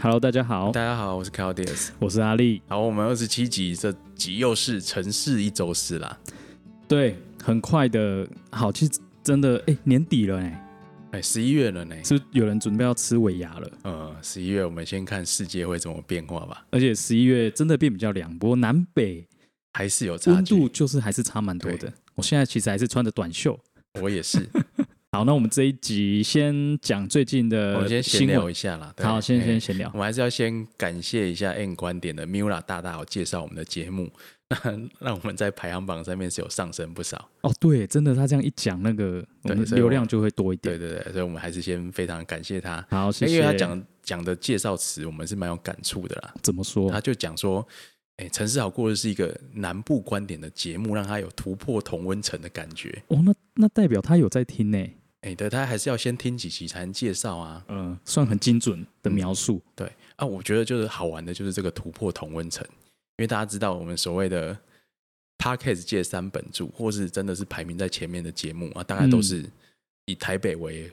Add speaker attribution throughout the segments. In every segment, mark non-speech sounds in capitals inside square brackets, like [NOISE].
Speaker 1: Hello，大家好，
Speaker 2: 大家好，我是 c a l d i s
Speaker 1: 我是阿力。
Speaker 2: 好，我们二十七集，这集又是城市一周四啦。
Speaker 1: 对，很快的，好，其实真的，哎、年底了、哎，
Speaker 2: 哎，十一月了呢。
Speaker 1: 是不是有人准备要吃尾牙了？
Speaker 2: 呃，十一月我们先看世界会怎么变化吧，
Speaker 1: 而且十一月真的变比较凉，不过南北
Speaker 2: 还是有差
Speaker 1: 温
Speaker 2: 距
Speaker 1: 度。就是还是差蛮多的
Speaker 2: 对。
Speaker 1: 我现在其实还是穿着短袖。
Speaker 2: 我
Speaker 1: [LAUGHS]
Speaker 2: 也是，
Speaker 1: 好，那我们这一集先讲最近
Speaker 2: 我
Speaker 1: 的
Speaker 2: 们先
Speaker 1: 呃新
Speaker 2: 闲聊
Speaker 1: 闻
Speaker 2: 一。下啦。对
Speaker 1: 好，先
Speaker 2: 哎
Speaker 1: 先闲聊
Speaker 2: 我。们还是要先感谢一下 N 观点的 Mula 大大有介绍我们的节目， [LAUGHS] 那让我们在排行榜上面是有上升不少。
Speaker 1: 哦，对，真的，他这样一讲，那个我
Speaker 2: 对
Speaker 1: 们
Speaker 2: 所以我
Speaker 1: 流量就会多一
Speaker 2: 对
Speaker 1: 点。
Speaker 2: 对对，所以我们还是先非常感谢他，
Speaker 1: 好，谢
Speaker 2: 因为
Speaker 1: 谢。
Speaker 2: 他讲讲的介绍词，我们是蛮有感触的啦。
Speaker 1: 怎么说
Speaker 2: 他？就讲说，哎、城市好过日》是一个南部观点的节目，让他有突破同温层的感觉。
Speaker 1: 哦，那那代表他有在听呢，
Speaker 2: 哎、对他还是要先听几集才能介绍啊。
Speaker 1: 嗯，算很精准的描述。
Speaker 2: 对啊，我觉得就是好玩的，就是这个突破同温层，因为大家知道我们所谓的 podcast 界三本柱，或是真的是排名在前面的节目啊，大概都是以台北为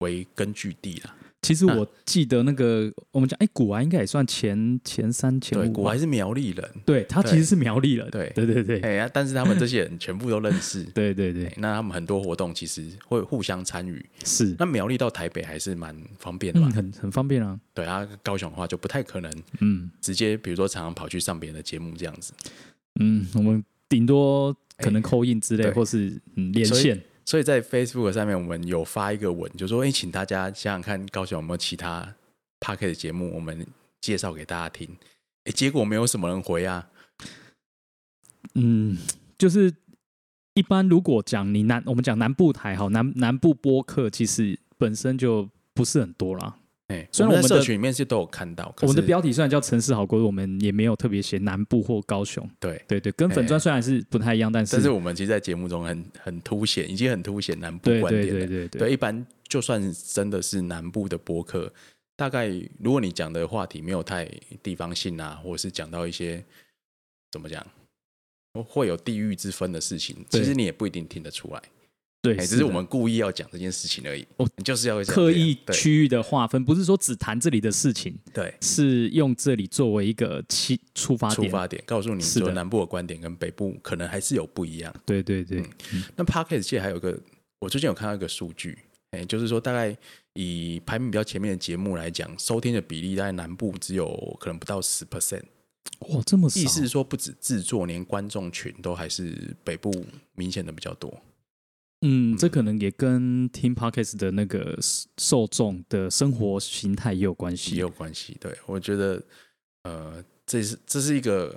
Speaker 2: 为根据地啊啦。
Speaker 1: 其实我记得那个，我们讲，哎、古玩应该也算前前三前
Speaker 2: 对，
Speaker 1: 五
Speaker 2: 我
Speaker 1: 吧
Speaker 2: 还，是苗栗人，
Speaker 1: 对，他
Speaker 2: 对
Speaker 1: 其实是苗栗人，
Speaker 2: 对
Speaker 1: 对对对，
Speaker 2: 哎、啊但是他们这些人全部都认识。 [LAUGHS]
Speaker 1: 对对
Speaker 2: 哎
Speaker 1: 对，
Speaker 2: 那他们很多活动其实会互相参与，
Speaker 1: 是，
Speaker 2: 那苗栗到台北还是蛮方便的吧？
Speaker 1: 嗯，很很方便啊，
Speaker 2: 对啊，高雄的话就不太可能
Speaker 1: 嗯
Speaker 2: 直接，比如说常常跑去上别人的节目这样子。
Speaker 1: 嗯，我们顶多可能
Speaker 2: 哎
Speaker 1: 扣印之类，
Speaker 2: 对
Speaker 1: 或是嗯连
Speaker 2: 所以
Speaker 1: 线，
Speaker 2: 所以在 Facebook 上面，我们有发一个文，就说：哎、请大家想想看，高雄有没有其他 p a r k 的节目，我们介绍给大家听。哎、结果没有什么人回啊。
Speaker 1: 嗯，就是一般如果讲你南，我们讲南部台好，南南部播客其实本身就不是很多啦。
Speaker 2: 哎、
Speaker 1: 虽然
Speaker 2: 我
Speaker 1: 我们
Speaker 2: 在
Speaker 1: 的
Speaker 2: 社群里面是都有看到，可
Speaker 1: 我
Speaker 2: 是
Speaker 1: 们的标题虽然叫城市好国，我们也没有特别写南部或高雄，
Speaker 2: 对，哎
Speaker 1: 对对，跟粉砖虽然是不太一样，但是
Speaker 2: 但是我们其实，在节目中很很凸显，已经很凸显南部
Speaker 1: 对
Speaker 2: 观
Speaker 1: 对
Speaker 2: 点了。
Speaker 1: 对对对
Speaker 2: 对，一般就算真的是南部的播客，大概如果你讲的话题没有太地方性啊，或者是讲到一些怎么讲，会有地域之分的事情，
Speaker 1: 对
Speaker 2: 其实你也不一定听得出来，
Speaker 1: 对，
Speaker 2: 哎、只
Speaker 1: 的
Speaker 2: 是我们故意要讲这件事情而已。
Speaker 1: 哦
Speaker 2: 你就是要这样
Speaker 1: 刻意
Speaker 2: 对
Speaker 1: 区域的划分，不是说只谈这里的事情，
Speaker 2: 对
Speaker 1: 是用这里作为一个起出发
Speaker 2: 出
Speaker 1: 点。
Speaker 2: 发点，告诉你
Speaker 1: 是的
Speaker 2: 说南部的观点跟北部可能还是有不一样。
Speaker 1: 对对对，
Speaker 2: 那 Podcast 界还有一个，我最近有看到一个数据，哎、就是说大概以排名比较前面的节目来讲，收听的比例大概南部只有可能不到十 percent，
Speaker 1: 哇，这么少
Speaker 2: 嗯意思是说不止制作，连观众群都还是北部明显的比较多。
Speaker 1: 嗯，这可能也跟听 podcast 的那个受众的生活形态也有关
Speaker 2: 也
Speaker 1: 系。
Speaker 2: 有关系。对我觉得，呃，这是这是一个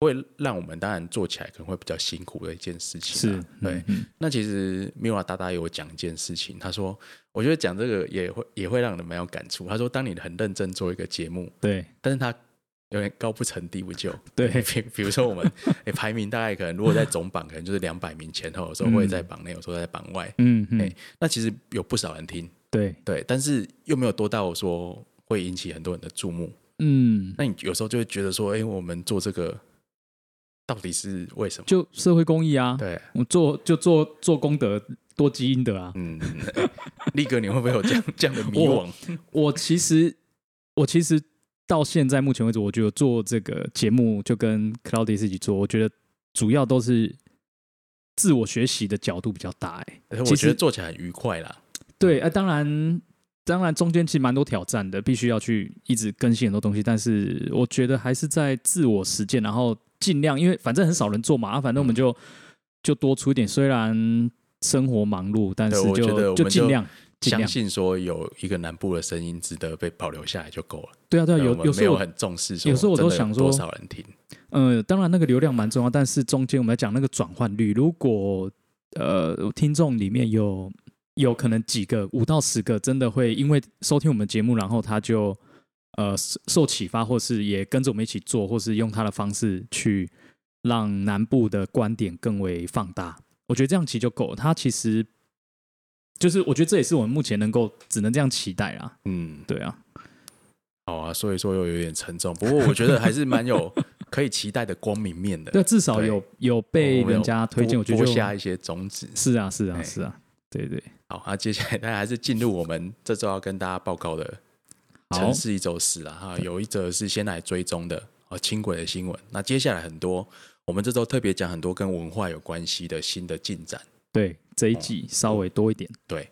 Speaker 2: 会让我们当然做起来可能会比较辛苦的一件事情
Speaker 1: 是
Speaker 2: 啊、，对
Speaker 1: 嗯，。嗯
Speaker 2: 那其实 Mira 大大有讲一件事情，他说，我觉得讲这个也会也会让人蛮有感触。他说，当你很认真做一个节目，
Speaker 1: 对
Speaker 2: 但是他有点高不成低不就。 [LAUGHS]
Speaker 1: 对
Speaker 2: 比比如说我们、诶排名大概可能如果在总榜可能就是两百名前后，有时候会在榜内，有时候在榜外。
Speaker 1: 嗯嗯
Speaker 2: 哎，那其实有不少人听，
Speaker 1: 对，
Speaker 2: 对，但是又没有多到说会引起很多人的注目。
Speaker 1: 嗯，
Speaker 2: 那你有时候就会觉得说，哎、我们做这个到底是为什么？
Speaker 1: 就社会公益啊，
Speaker 2: 对，
Speaker 1: 我做就做做功德，多积阴德啊。
Speaker 2: 嗯， [LAUGHS] 诶力哥，你会不会有这样这样的迷惘？
Speaker 1: 我其实我其实到现在目前为止，我觉得做这个节目就跟 Cloudy 一起做，我觉得主要都是自我学习的角度比较大、欸。
Speaker 2: 可是
Speaker 1: 其
Speaker 2: [LAUGHS] 我
Speaker 1: 实
Speaker 2: 觉得做起来很愉快啦。
Speaker 1: 对，呃，当然。当然，中间其实蛮多挑战的，必须要去一直更新很多东西。但是我觉得还是在自我实践，然后尽量，因为反正很少人做嘛，啊反正我
Speaker 2: 嗯
Speaker 1: 们就、就多出一点。虽然生活忙碌，但是
Speaker 2: 对我觉得
Speaker 1: 就
Speaker 2: 我们
Speaker 1: 尽
Speaker 2: 就
Speaker 1: 量尽
Speaker 2: 相
Speaker 1: 量。
Speaker 2: 信说有一个南部的声音值得被保留下来就够了。
Speaker 1: 对啊，对啊，
Speaker 2: 对
Speaker 1: 有
Speaker 2: 我们
Speaker 1: 有
Speaker 2: 没
Speaker 1: 时候
Speaker 2: 有
Speaker 1: 我
Speaker 2: 很重视说，
Speaker 1: 有时候我都想说
Speaker 2: 多少人听，
Speaker 1: 呃，当然那个流量蛮重要，但是中间我们要讲那个转换率，如果呃听众里面有有可能几个五到十个真的会因为收听我们节目，然后他就呃受受启发，或是也跟着我们一起做，或是用他的方式去让南部的观点更为放大，我觉得这样其实就够了。他其实就是我觉得这也是我们目前能够只能这样期待啦。
Speaker 2: 嗯，
Speaker 1: 对啊，
Speaker 2: 好啊，所以说又有点沉重，不过我觉得还是蛮
Speaker 1: [LAUGHS]
Speaker 2: 有可以期待的光明面的。
Speaker 1: 对啊，至少
Speaker 2: 对
Speaker 1: 有有被
Speaker 2: 我们有
Speaker 1: 人家推荐，
Speaker 2: 播
Speaker 1: 我觉得
Speaker 2: 播
Speaker 1: 就
Speaker 2: 下一些种子。
Speaker 1: 是啊，是啊，
Speaker 2: 哎
Speaker 1: 是啊，对对。
Speaker 2: [LAUGHS] 好，那、接下来大家还是进入我们这周要跟大家报告的
Speaker 1: 好
Speaker 2: 城，市一周史啦哈，有一则是先来追踪的啊轻轨的新闻。那接下来很多，我们这周特别讲很多跟文化有关系的新的进展。
Speaker 1: 对这一季稍微多一点，
Speaker 2: 对，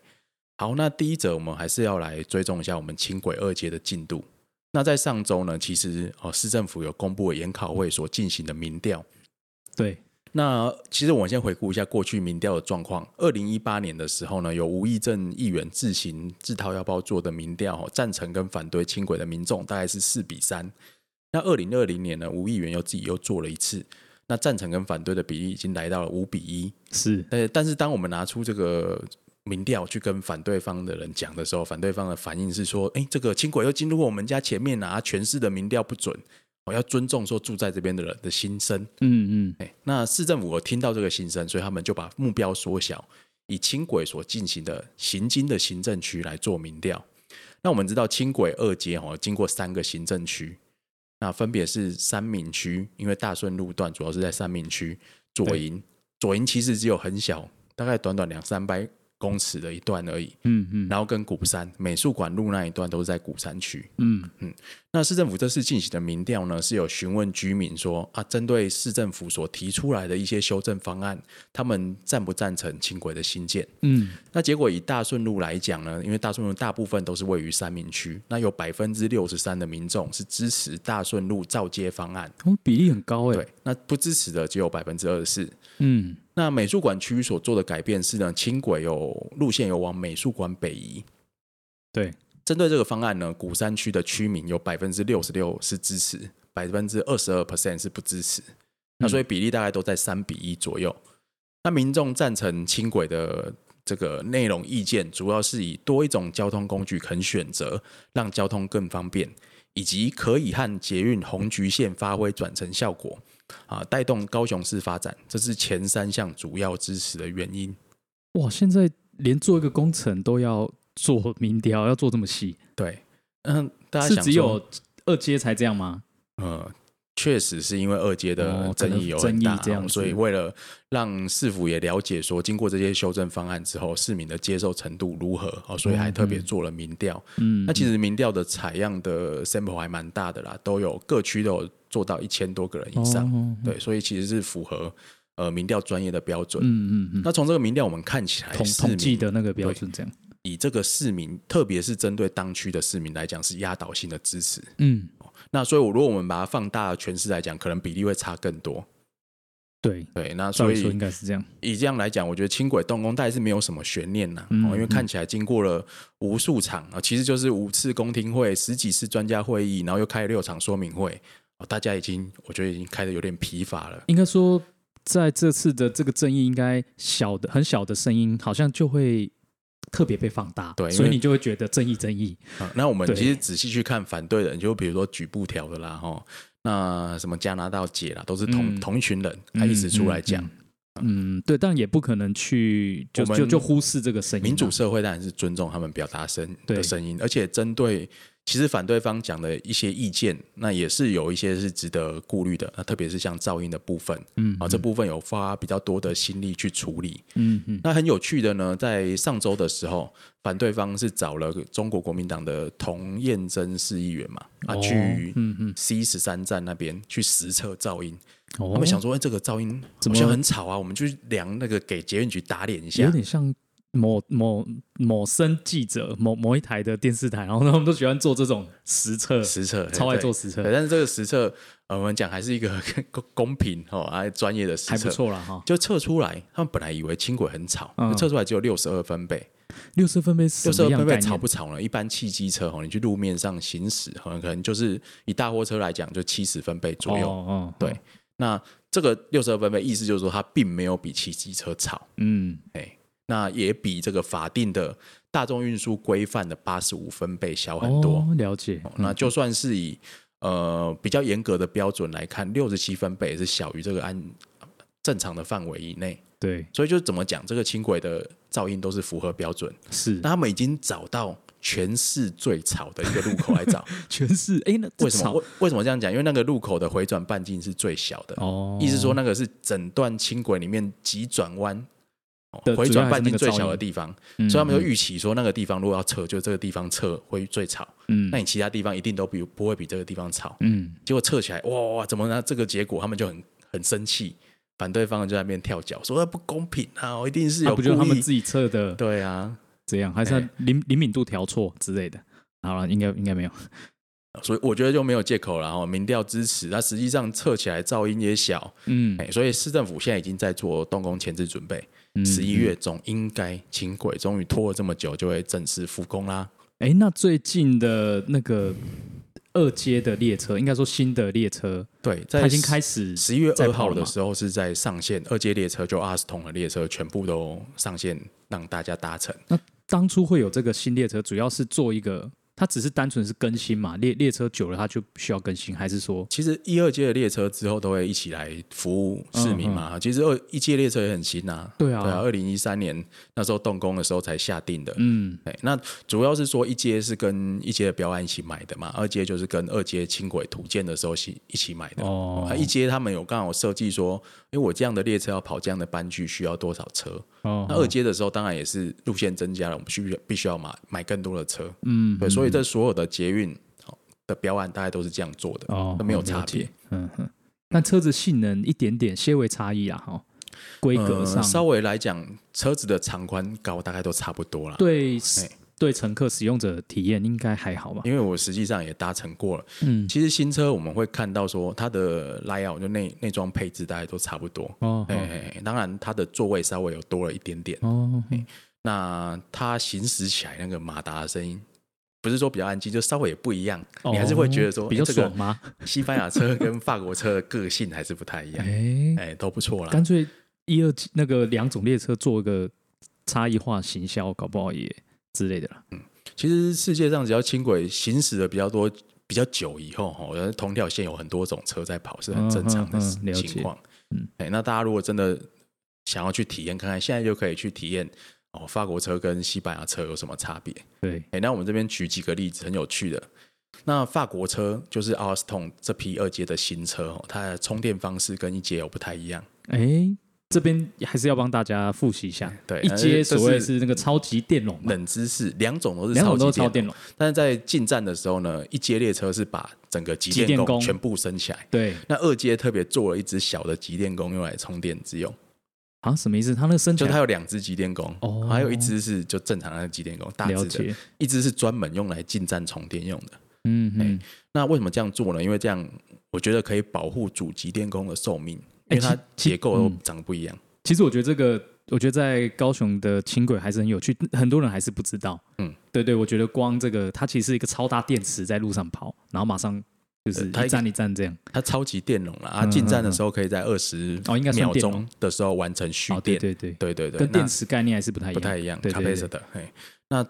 Speaker 2: 好，那第一则我们还是要来追踪一下我们轻轨二阶的进度。那在上周呢，其实哦，市政府有公布了研考会所进行的民调。
Speaker 1: 对，
Speaker 2: 那其实我们先回顾一下过去民调的状况。二零一八年的时候呢，有吴益政议员自行自掏腰包做的民调、哦，赞成跟反对轻轨的民众大概是四比三。那二零二零年呢，吴议员又自己又做了一次，那赞成跟反对的比例已经来到了五比一。
Speaker 1: 是
Speaker 2: 呃但但是当我们拿出这个民调去跟反对方的人讲的时候，反对方的反应是说：“哎，这个轻轨又进入我们家前面了、啊，全市的民调不准，我、要尊重说住在这边的人的心声。”
Speaker 1: 嗯嗯，
Speaker 2: 哎，那市政府有听到这个心声，所以他们就把目标缩小，以轻轨所进行的行经的行政区来做民调。那我们知道轻轨二街哦，经过三个行政区，那分别是三民区，因为大顺路段主要是在三民区左营，左营其实只有很小，大概短短两三百公尺的一段而已。
Speaker 1: 嗯嗯
Speaker 2: 然后跟鼓山美术馆路那一段都是在鼓山区，
Speaker 1: 嗯，
Speaker 2: 那市政府这次进行的民调呢，是有询问居民说啊，针对市政府所提出来的一些修正方案，他们赞不赞成轻轨的新建？
Speaker 1: 嗯，
Speaker 2: 那结果以大顺路来讲呢，因为大顺路大部分都是位于三民区，那有百分之六十三的民众是支持大顺路造街方案，
Speaker 1: 哦，比例很高哎，
Speaker 2: 对，那不支持的只有百分之二十四。
Speaker 1: 嗯，
Speaker 2: 那美术馆区域所做的改变是呢，轻轨有路线有往美术馆北移，
Speaker 1: 对，
Speaker 2: 针对这个方案呢，鼓山区的区民有百分之六十六是支持，百分之二十二 percent 是不支持。那所以比例大概都在三比一左右。那民众赞成轻轨的这个内容意见，主要是以多一种交通工具肯选择，让交通更方便，以及可以和捷运红橘线发挥转乘效果，啊，带动高雄市发展，这是前三项主要支持的原因。
Speaker 1: 哇，现在连做一个工程都要做民调，要做这么细，
Speaker 2: 对，嗯，大家
Speaker 1: 是
Speaker 2: 想
Speaker 1: 只
Speaker 2: 说
Speaker 1: 有二阶才这样吗？
Speaker 2: 呃，确实是因为二阶的
Speaker 1: 哦
Speaker 2: 争议有很
Speaker 1: 可
Speaker 2: 大、
Speaker 1: 能争议这样子
Speaker 2: 所以为了让市府也了解说，经过这些修正方案之后，市民的接受程度如何哦，所以还特别做了民调。
Speaker 1: 嗯，
Speaker 2: 那其
Speaker 1: 实
Speaker 2: 实民调的采样的 sample 还蛮大的啦，都有各区都有做到一千多个人以上，
Speaker 1: 哦、
Speaker 2: 对，所以其实是符合呃民调专业的标准。
Speaker 1: 嗯嗯嗯，哎
Speaker 2: 那从这个民调我们看起来，
Speaker 1: 统
Speaker 2: 市
Speaker 1: 统
Speaker 2: 民
Speaker 1: 计的那个标准这样，
Speaker 2: 以这个市民，特别是针对当区的市民来讲，是压倒性的支持。
Speaker 1: 嗯，
Speaker 2: 那所以，我如果我们把它放大全市来讲，可能比例会差更多。
Speaker 1: 对，
Speaker 2: 对，那
Speaker 1: 照
Speaker 2: 所
Speaker 1: 理说应
Speaker 2: 以
Speaker 1: 该是这样，
Speaker 2: 以这样来讲，我觉得轻轨动工大概是没有什么悬念呐、
Speaker 1: 嗯
Speaker 2: 哦，因为
Speaker 1: 嗯
Speaker 2: 看起来经过了无数场啊、其实就是五次公听会、十几次专家会议，然后又开了六场说明会，哦、大家已经我觉得已经开的有点疲乏了。
Speaker 1: 应该说在这次的这个争议，应该小的很小的声音，好像就会特别被放大，
Speaker 2: 对因为
Speaker 1: 所以你就会觉得争议争议，
Speaker 2: 啊那我们
Speaker 1: 对
Speaker 2: 其实仔细去看反对的人，就比如说举布条的啦，哈，那什么加拿大姐啦，都是同、
Speaker 1: 嗯
Speaker 2: 同一群人，他一直出来讲。
Speaker 1: 嗯。嗯嗯嗯对，但也不可能去就
Speaker 2: 我们
Speaker 1: 就就忽视这个声音啊。
Speaker 2: 民主社会当然是尊重他们表达声
Speaker 1: 对
Speaker 2: 的声音，而且针对其实反对方讲的一些意见，那也是有一些是值得顾虑的。那特别是像噪音的部分
Speaker 1: 嗯，
Speaker 2: 啊，这部分有花比较多的心力去处理。
Speaker 1: 嗯嗯
Speaker 2: 那很有趣的呢，在上周的时候，反对方是找了中国国民党的童燕珍市议员嘛，啊，
Speaker 1: 哦
Speaker 2: 去
Speaker 1: 嗯嗯
Speaker 2: C 十三站那边去实测噪音。
Speaker 1: 哦，
Speaker 2: 他们想说，哎，这个噪音
Speaker 1: 怎
Speaker 2: 怎
Speaker 1: 么
Speaker 2: 么像很吵啊？我们去量那个给捷运局打脸一下
Speaker 1: 有。点像某某某生记者某某一台的电视台，然后他们都喜欢做这种实测，
Speaker 2: 实测
Speaker 1: 超爱
Speaker 2: 对
Speaker 1: 做实测
Speaker 2: 对，，但是这个实测，呃，我们讲还是一个 [LAUGHS] 公公平哦，啊，专业的实测
Speaker 1: 还不。错啦哈。
Speaker 2: 就测出来，他们本来以为轻轨很吵，
Speaker 1: 嗯
Speaker 2: 就测出来只有六十二分贝。
Speaker 1: 六十分贝是
Speaker 2: 六十
Speaker 1: 什
Speaker 2: 二
Speaker 1: 么样
Speaker 2: 分贝
Speaker 1: 概
Speaker 2: 吵
Speaker 1: 念
Speaker 2: 不？吵呢？一般汽机车哦，你去路面上行驶，可能可能就是以大货车来讲，就七十分贝左右。
Speaker 1: 哦，哦
Speaker 2: 对，那这个六十二分贝，意思就是说它并没有比汽机车吵，
Speaker 1: 嗯，
Speaker 2: 哎，那也比这个法定的大众运输规范的八十五分贝小很多。
Speaker 1: 哦了解
Speaker 2: 哦。那就算是以呃比较严格的标准来看，六十七分贝也是小于这个按呃正常的范围以内。
Speaker 1: 对，
Speaker 2: 所以就怎么讲，这个轻轨的噪音都是符合标准。
Speaker 1: 是
Speaker 2: 那他们已经找到全市最吵的一个路口来
Speaker 1: [LAUGHS]
Speaker 2: 找，
Speaker 1: 全是哎，那
Speaker 2: 为什
Speaker 1: 吵
Speaker 2: 么？为为什么这样讲？因为那个路口的回转半径是最小的，
Speaker 1: 哦，
Speaker 2: 意思说那个是整段轻轨里面急转弯哦
Speaker 1: 的
Speaker 2: 回
Speaker 1: 主要还
Speaker 2: 转
Speaker 1: 是
Speaker 2: 半
Speaker 1: 那
Speaker 2: 径
Speaker 1: 个
Speaker 2: 最
Speaker 1: 噪
Speaker 2: 小的
Speaker 1: 音
Speaker 2: 地方，
Speaker 1: 嗯
Speaker 2: 所以他们就预期说那个地方如果要撤，就这个地方撤会最吵，
Speaker 1: 嗯
Speaker 2: 那你其他地方一定都比不会比这个地方吵。
Speaker 1: 嗯
Speaker 2: 结果撤起来，哇哇哇，怎么呢？这个结果他们就很很生气，反对方就在那边跳脚，说啊不公平啊，我一定是
Speaker 1: 那
Speaker 2: 有
Speaker 1: 不
Speaker 2: 故
Speaker 1: 就
Speaker 2: 意。
Speaker 1: 是他们自己测的
Speaker 2: 对啊，
Speaker 1: 这样，还是
Speaker 2: 哎
Speaker 1: 他灵灵敏度调错之类的？好了，应该应该
Speaker 2: [LAUGHS]
Speaker 1: 没有。
Speaker 2: 所以我觉得就没有借口了哈。民调支持，那实际上测起来噪音也小，
Speaker 1: 嗯
Speaker 2: 哎、，所以市政府现在已经在做动工前置准备，
Speaker 1: 嗯
Speaker 2: 哎十一月中应该轻轨终于拖了这么久，就会正式复工啦。
Speaker 1: 哎、那最近的那个二阶的列车，应该说新的列车，
Speaker 2: 对，在
Speaker 1: 它已经开始
Speaker 2: 十一月
Speaker 1: 在
Speaker 2: 二
Speaker 1: 跑
Speaker 2: 号
Speaker 1: 了
Speaker 2: 的
Speaker 1: 嘛
Speaker 2: 时候是在上线二阶列车，就阿斯通的列车全部都上线让大家搭乘。
Speaker 1: 当初会有这个新列车，主要是做一个，它只是单纯是更新嘛？列列车久了，它就需要更新，还是说，
Speaker 2: 其实一二阶的列车之后都会一起来服务市民嘛。其实二一阶列车也很新
Speaker 1: 嗯
Speaker 2: 呐、
Speaker 1: 对啊
Speaker 2: 对啊，二零一三年那时候动工的时候才下定的。
Speaker 1: 嗯
Speaker 2: 哎，那主要是说一阶是跟一阶的标案一起买的嘛，二阶就是跟二阶轻轨土建的时候是一起买的。
Speaker 1: 哦
Speaker 2: 啊，一阶他们有刚好设计说，因为我这样的列车要跑这样的班距需要多少车？
Speaker 1: 哦
Speaker 2: 那二阶的时候当然也是路线增加了，我们需不需要必须要买买更多的车。
Speaker 1: 嗯
Speaker 2: 对，所以这所有的捷运好的标案大概都是这样做的，
Speaker 1: 哦
Speaker 2: 都没有
Speaker 1: 了
Speaker 2: 差
Speaker 1: 解
Speaker 2: 别。
Speaker 1: 嗯哼，那车子性能一点点些微差异啦，哈，规格上、
Speaker 2: 呃、稍微来讲，车子的长宽高大概都差不多啦。
Speaker 1: 对
Speaker 2: 哎
Speaker 1: 对乘客使用者体验应该还好吧？
Speaker 2: 因为我实际上也搭乘过了，
Speaker 1: 嗯，
Speaker 2: 其实新车我们会看到说它的 layout 就内内装配置大概都差不多。
Speaker 1: 哦
Speaker 2: 哎、哎哎当然它的座位稍微有多了一点点。
Speaker 1: 哦，
Speaker 2: 那它行驶起来那个马达的声音，不是说比较安静，就稍微也不一样。哦你还是会觉得说
Speaker 1: 哦比较
Speaker 2: 哎这个
Speaker 1: 爽吗？
Speaker 2: 西班牙车跟法国车的个性还是不太一样。
Speaker 1: [LAUGHS] 哎、
Speaker 2: 哎、都不错啦。
Speaker 1: 干脆一二那个两种列车做一个差异化行销，搞不好也之类的啦。
Speaker 2: 其实世界上只要轻轨行驶的比较多、比较久以后，哈，呃同条线有很多种车在跑，是很正常的
Speaker 1: 嗯嗯嗯了解
Speaker 2: 情况。
Speaker 1: 嗯
Speaker 2: 哎，那大家如果真的想要去体验看看，现在就可以去体验哦，法国车跟西班牙车有什么差别？
Speaker 1: 对，
Speaker 2: 哎，那我们这边举几个例子，很有趣的。那法国车就是阿斯通这批二阶的新车哦，它的充电方式跟一阶有不太一样。
Speaker 1: 哎、这边还是要帮大家复习一下，
Speaker 2: 对
Speaker 1: 一阶
Speaker 2: 呃这
Speaker 1: 所谓
Speaker 2: 是
Speaker 1: 是那个超级电容嘛，
Speaker 2: 冷知识，两种都是
Speaker 1: 嗯两
Speaker 2: 超
Speaker 1: 种都是
Speaker 2: 级
Speaker 1: 超
Speaker 2: 电
Speaker 1: 电
Speaker 2: 容，
Speaker 1: 容，
Speaker 2: 但是在进站的时候呢，一阶列车是把整个集
Speaker 1: 集
Speaker 2: 电
Speaker 1: 电
Speaker 2: 工
Speaker 1: 工
Speaker 2: 全部升起来。
Speaker 1: 对，
Speaker 2: 那二阶特别做了一只小的集电弓用来充电之用，
Speaker 1: 啊，什么意思？它那个身
Speaker 2: 就
Speaker 1: 体
Speaker 2: 它有两只集电弓，
Speaker 1: 哦
Speaker 2: 还有一只是就正常的集电弓，大
Speaker 1: 了
Speaker 2: 只的，
Speaker 1: 解，
Speaker 2: 一只是专门用来进站充电用的。
Speaker 1: 嗯
Speaker 2: 哎
Speaker 1: 嗯，
Speaker 2: 那为什么这样做呢？因为这样我觉得可以保护主集电弓的寿命，因
Speaker 1: 哎
Speaker 2: 为它
Speaker 1: 其
Speaker 2: 结构都
Speaker 1: 嗯
Speaker 2: 长得不一样。
Speaker 1: 其实我觉得这个，我觉得在高雄的轻轨还是很有趣，很多人还是不知道。
Speaker 2: 嗯，
Speaker 1: 对对，我觉得光这个它其实是一个超大电池在路上跑，然后马上就是
Speaker 2: 呃它一个
Speaker 1: 一站一站这样。
Speaker 2: 它超级电容了啊！
Speaker 1: 嗯
Speaker 2: 进站的时候可以在二十
Speaker 1: 哦应该算
Speaker 2: 秒
Speaker 1: 电容
Speaker 2: 钟的时候完成蓄
Speaker 1: 哦，对
Speaker 2: 电，
Speaker 1: 对对，
Speaker 2: 对对对，
Speaker 1: 跟
Speaker 2: 那
Speaker 1: 电池概念还是不太一样。
Speaker 2: 不太一样，
Speaker 1: 对
Speaker 2: 咖
Speaker 1: 对
Speaker 2: 啡
Speaker 1: 对
Speaker 2: 色的。嘿，那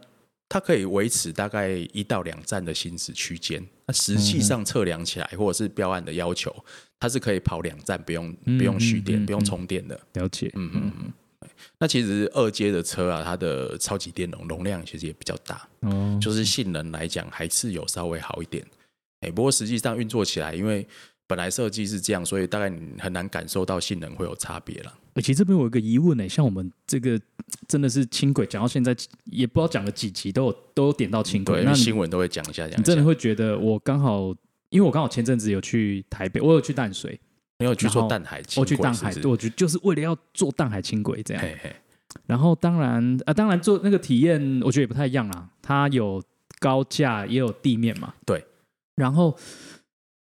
Speaker 2: 它可以维持大概一到两站的行驶区间。那实际上测量起来，或者是标案的要求，它是可以跑两站，不用
Speaker 1: 嗯
Speaker 2: 不用蓄电，
Speaker 1: 嗯嗯
Speaker 2: 不用充电的。
Speaker 1: 了解。
Speaker 2: 嗯嗯嗯。那其实二阶的车啊，它的超级电容容量其实也比较大，
Speaker 1: 哦，
Speaker 2: 就是性能来讲还是有稍微好一点。哎、不过实际上运作起来，因为本来设计是这样，所以大概你很难感受到性能会有差别了。
Speaker 1: 欸其实这边有一个疑问呢、像我们这个真的是轻轨，讲到现在也不知道讲了几集，都有都有点到轻轨。
Speaker 2: 对，
Speaker 1: 嗯那你
Speaker 2: 新闻都会讲一下讲
Speaker 1: 你
Speaker 2: 一下
Speaker 1: 真的。会觉得我刚好，因为我刚好前阵子有去台北，我有去淡水，
Speaker 2: 你有去
Speaker 1: 然
Speaker 2: 做
Speaker 1: 后
Speaker 2: 淡海轻
Speaker 1: 我哦去
Speaker 2: 轨是不是，
Speaker 1: 淡海，我去就是为了要坐淡海轻轨这样。
Speaker 2: 嘿嘿。
Speaker 1: 然后当然啊，当然做那个体验，我觉得也不太一样啦。它有高架，也有地面嘛。
Speaker 2: 对。
Speaker 1: 然后，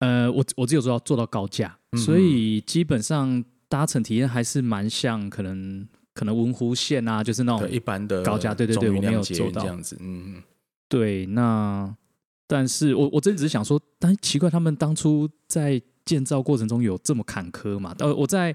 Speaker 1: 呃，我我只有做到做到高架，
Speaker 2: 嗯
Speaker 1: 所以基本上搭乘体验还是蛮像，可能可能文湖线啊，就是那
Speaker 2: 对
Speaker 1: 种
Speaker 2: 一般的
Speaker 1: 高架对对对
Speaker 2: 中
Speaker 1: 我
Speaker 2: 运
Speaker 1: 没
Speaker 2: 量
Speaker 1: 有
Speaker 2: 捷
Speaker 1: 做
Speaker 2: 运这
Speaker 1: 到
Speaker 2: 样子，嗯，
Speaker 1: 对。那但是我我真的只是想说，但奇怪，他们当初在建造过程中有这么坎坷嘛？呃，我在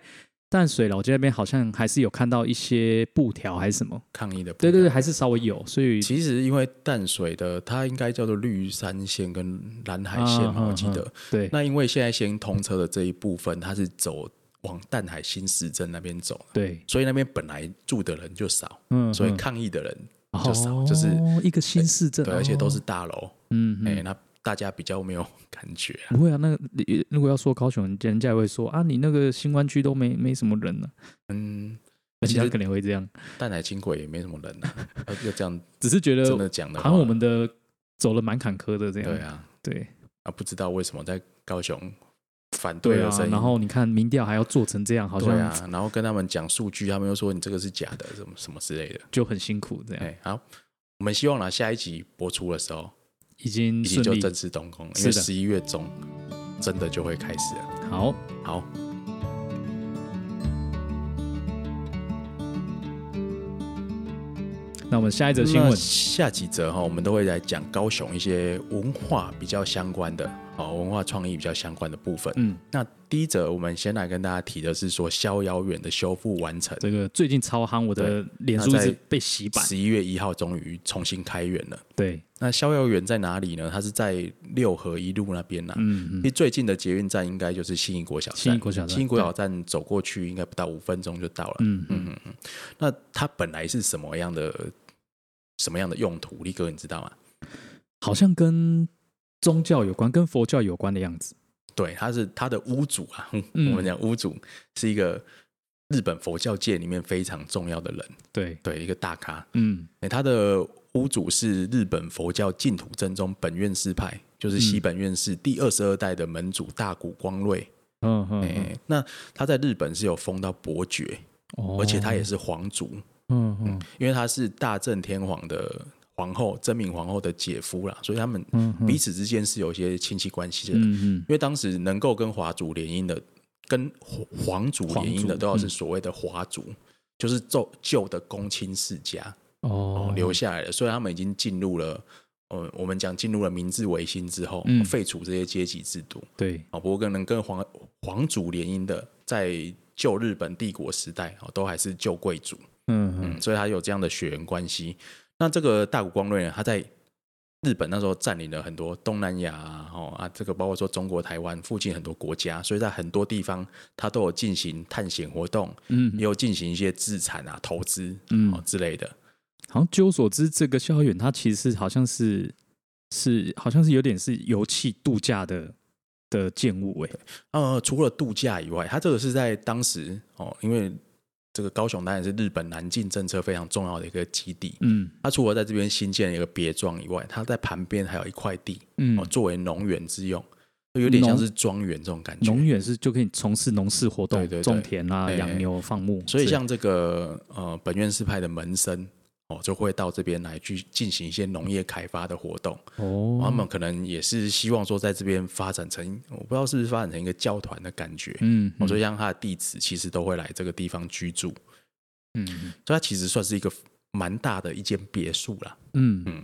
Speaker 1: 淡水老街那边好像还是有看到一些布条还是什么，
Speaker 2: 抗议的。
Speaker 1: 对对对，，还是稍微有，所以
Speaker 2: 其实因为淡水的它应该叫做绿山线跟蓝海线嘛，
Speaker 1: 啊
Speaker 2: 我记
Speaker 1: 啊
Speaker 2: 得。
Speaker 1: 对。
Speaker 2: 那因为现在先通车的这一部分，它是走往淡海新市镇那边走，
Speaker 1: 对，
Speaker 2: 所以那边本来住的人就少，
Speaker 1: 嗯
Speaker 2: 所以
Speaker 1: 嗯
Speaker 2: 抗议的人就少，就是
Speaker 1: 哦一个新市镇，
Speaker 2: 对，而且都是
Speaker 1: 哦
Speaker 2: 大楼，
Speaker 1: 嗯，
Speaker 2: 哎，
Speaker 1: 嗯
Speaker 2: 那大家比较没有感觉啊。
Speaker 1: 不会啊，那个你如果要说高雄，人家也会说啊，你那个新湾区都没没什么人呢、
Speaker 2: 嗯，
Speaker 1: 而
Speaker 2: 其
Speaker 1: 且
Speaker 2: 实
Speaker 1: 他可能会这样，
Speaker 2: 淡奶轻轨也没什么人啊， [LAUGHS] 要要这样
Speaker 1: 只是觉得
Speaker 2: 真的讲的
Speaker 1: 好
Speaker 2: 话，
Speaker 1: 像我们的走了蛮坎坷的这样。
Speaker 2: 对啊
Speaker 1: 对
Speaker 2: 啊，不知道为什么在高雄反对
Speaker 1: 对
Speaker 2: 的
Speaker 1: 啊
Speaker 2: 声，音，
Speaker 1: 然后你看民调还要做成这样，好
Speaker 2: 对
Speaker 1: 像
Speaker 2: 啊，然后跟他们讲数据，他们又说你这个是假的，什么什么之类的。
Speaker 1: 就很辛苦这样。
Speaker 2: 哎，好，我们希望啦，下一集播出的时候，
Speaker 1: 已经
Speaker 2: 已
Speaker 1: 顺
Speaker 2: 经就
Speaker 1: 利
Speaker 2: 正式动工了，因
Speaker 1: 是
Speaker 2: 为
Speaker 1: 的
Speaker 2: 十一月中真的就会开始了。
Speaker 1: 好，
Speaker 2: 好，
Speaker 1: 那我们下一则新闻
Speaker 2: 那下几则哈，我们都会来讲高雄一些文化比较相关的，哦，文化创意比较相关的部分。
Speaker 1: 嗯，
Speaker 2: 那第一则我们先来跟大家提的是说，逍遥园的修复完成，
Speaker 1: 这个最近超夯，我的脸书
Speaker 2: 那
Speaker 1: 一
Speaker 2: 在
Speaker 1: 直被洗版。
Speaker 2: 十一月一号终于重新开园了。
Speaker 1: 对，
Speaker 2: 那逍遥园在哪里呢？它是在六合一路那边呐、
Speaker 1: 嗯
Speaker 2: 其实最近的捷运站应该就是新义国小站，
Speaker 1: 信义国小站
Speaker 2: 信义国小站走过去应该不到五分钟就到了。
Speaker 1: 嗯嗯，
Speaker 2: 嗯嗯嗯。那它本来是什么样的什么样的用途？力哥，你知道吗？
Speaker 1: 好像跟宗教有关，跟佛教有关的样子。
Speaker 2: 对，它是它的屋主啊， [LAUGHS]
Speaker 1: 嗯
Speaker 2: 我们讲屋主是一个日本佛教界里面非常重要的人，
Speaker 1: 对，
Speaker 2: 对，一个大咖。
Speaker 1: 嗯
Speaker 2: 哎、他的屋主是日本佛教净土正宗本院士派，就是西本院士第二十二代的门主大谷光瑞。
Speaker 1: 嗯嗯
Speaker 2: 哎、
Speaker 1: 嗯，
Speaker 2: 那他在日本是有封到伯爵，
Speaker 1: 哦
Speaker 2: 而且他也是皇族，
Speaker 1: 嗯嗯
Speaker 2: 因为他是大正天皇的皇后真明皇后的姐夫啦，所以他们
Speaker 1: 嗯嗯
Speaker 2: 彼此之间是有一些亲戚关系的。因
Speaker 1: 嗯
Speaker 2: 为当时能够跟华族联姻的，跟皇皇族联姻
Speaker 1: 皇
Speaker 2: 的，
Speaker 1: 族
Speaker 2: 都要是
Speaker 1: 嗯
Speaker 2: 所谓的华族，就是旧旧的公卿世家
Speaker 1: 嗯
Speaker 2: 哦
Speaker 1: 哦
Speaker 2: 留下来的，所以他们已经进入了。呃，我们讲进入了明治维新之后，哦
Speaker 1: 嗯
Speaker 2: 废除这些阶级制度，
Speaker 1: 对
Speaker 2: 哦，不过跟能跟皇皇族联姻的，在旧日本帝国时代哦，都还是旧贵族，
Speaker 1: 嗯
Speaker 2: 嗯，
Speaker 1: 嗯
Speaker 2: 所以他有这样的血缘关系。那这个大谷光瑞呢，他在日本那时候占领了很多东南亚啊，哦啊，这个包括说中国台湾附近很多国家，所以在很多地方他都有进行探险活动，也
Speaker 1: 嗯，
Speaker 2: 有进行一些资产啊、投资
Speaker 1: 嗯
Speaker 2: 哦之类的。
Speaker 1: 好像据我所知，这个逍遥园它其实好像是是好像是有点是油气度假的的建物哎，
Speaker 2: 呃，除了度假以外，它这个是在当时哦，因为这个高雄当然是日本南进政策非常重要的一个基地。
Speaker 1: 嗯
Speaker 2: 它除了在这边新建了一个别庄以外，它在旁边还有一块地
Speaker 1: 嗯
Speaker 2: 哦，，作为农园之用，有点像是庄园这种感觉。
Speaker 1: 哦农园是就可以从事农事活
Speaker 2: 对
Speaker 1: 动
Speaker 2: 对，对
Speaker 1: 种田啊、
Speaker 2: 哎
Speaker 1: 养牛、放牧，
Speaker 2: 所以像这个呃本院士派的门生哦，就会到这边来去进行一些农业开发的活动。
Speaker 1: 哦，
Speaker 2: 他们可能也是希望说在这边发展成，我不知道是不是发展成一个教团的感觉。
Speaker 1: 嗯，
Speaker 2: 哦所以像他的弟子其实都会来这个地方居住，
Speaker 1: 嗯嗯
Speaker 2: 所以它其实算是一个蛮大的一间别墅啦。
Speaker 1: 嗯
Speaker 2: 嗯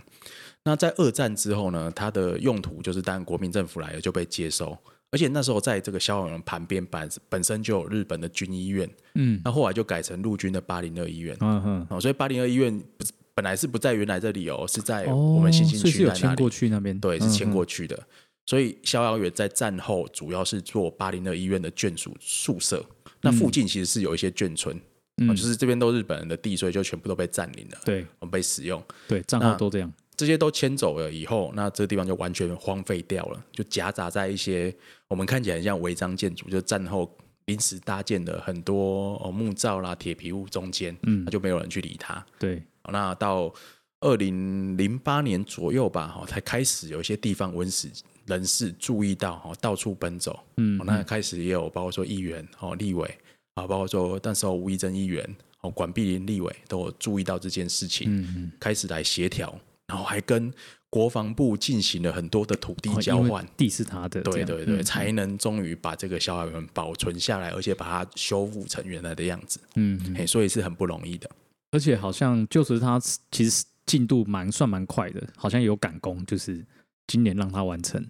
Speaker 2: 那在二战之后呢，它的用途就是，当然国民政府来了就被接收，而且那时候在这个逍遥园旁边本本身就有日本的军医院，
Speaker 1: 嗯
Speaker 2: 那后来就改成陆军的八零二医院。
Speaker 1: 嗯嗯，
Speaker 2: 哦，所以八零二医院不是本来是不在原来这里哦，是在
Speaker 1: 哦，
Speaker 2: 我们新兴
Speaker 1: 所以是
Speaker 2: 区
Speaker 1: 有
Speaker 2: 在那
Speaker 1: 迁
Speaker 2: 里
Speaker 1: 过，去那边，
Speaker 2: 对，是迁
Speaker 1: 嗯
Speaker 2: 过去的。所以逍遥园在战后主要是做八零二医院的眷属宿舍，那附近其实是有一些眷村，
Speaker 1: 嗯，
Speaker 2: 哦
Speaker 1: 嗯
Speaker 2: 就是这边都日本人的地，所以就全部都被占领了，
Speaker 1: 对
Speaker 2: 哦被使用。
Speaker 1: 对，账
Speaker 2: 那
Speaker 1: 号都这样，
Speaker 2: 这些都迁走了以后，那这个地方就完全荒废掉了，就夹杂在一些我们看起来很像违章建筑，就战后临时搭建的很多哦木造啦、铁皮屋中间，
Speaker 1: 嗯
Speaker 2: 那就没有人去理它。
Speaker 1: 对，
Speaker 2: 好那到二零零八年左右吧，哈，才开始有一些地方文史人士注意到，哈，到处奔走，
Speaker 1: 嗯
Speaker 2: 哦，那开始也有包括说议员哦、立委啊，包括说那时候吴怡珍议员哦、管碧林立委都有注意到这件事情，
Speaker 1: 嗯
Speaker 2: 开始来协调，然后还跟国防部进行了很多的土地
Speaker 1: 嗯，
Speaker 2: 交换。
Speaker 1: 地是他的，这
Speaker 2: 对
Speaker 1: 样
Speaker 2: 对对，
Speaker 1: 嗯
Speaker 2: 才能终于把这个逍遥园保存下来，而且把它修复成原来的样子，
Speaker 1: 嗯，嗯
Speaker 2: 嘿，所以是很不容易的。
Speaker 1: 而且好像就是他其实进度蛮算蛮快的，好像有赶工，就是今年让他完成，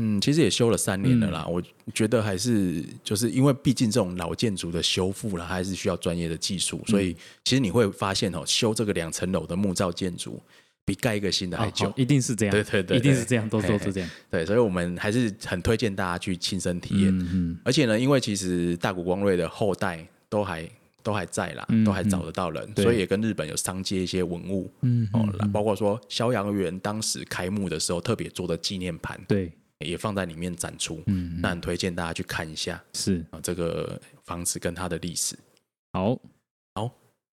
Speaker 2: 嗯，其实也修了三年了
Speaker 1: 嗯
Speaker 2: 啦。我觉得还是就是因为毕竟这种老建筑的修复啦，它还是需要专业的技术，
Speaker 1: 嗯
Speaker 2: 所以其实你会发现哦，修这个两层楼的木造建筑比盖一个新的还
Speaker 1: 啊
Speaker 2: 久。
Speaker 1: 好一定是这样，
Speaker 2: 对对对对
Speaker 1: 一定是这样，都
Speaker 2: 嘿嘿
Speaker 1: 都是这样，
Speaker 2: 对，所以我们还是很推荐大家去亲身体验。
Speaker 1: 嗯嗯
Speaker 2: 而且呢，因为其实大谷光瑞的后代都还都还在啦，
Speaker 1: 嗯
Speaker 2: 都还找得到人，
Speaker 1: 对
Speaker 2: 所以也跟日本有商借一些文物
Speaker 1: 嗯，
Speaker 2: 哦，
Speaker 1: 嗯
Speaker 2: 啦包括说逍遥园当时开幕的时候特别做的纪念盘，
Speaker 1: 对，
Speaker 2: 也放在里面展出。
Speaker 1: 嗯，
Speaker 2: 那很推荐大家去看一下。
Speaker 1: 是
Speaker 2: 啊，这个房子跟它的历史。
Speaker 1: 好，
Speaker 2: 好，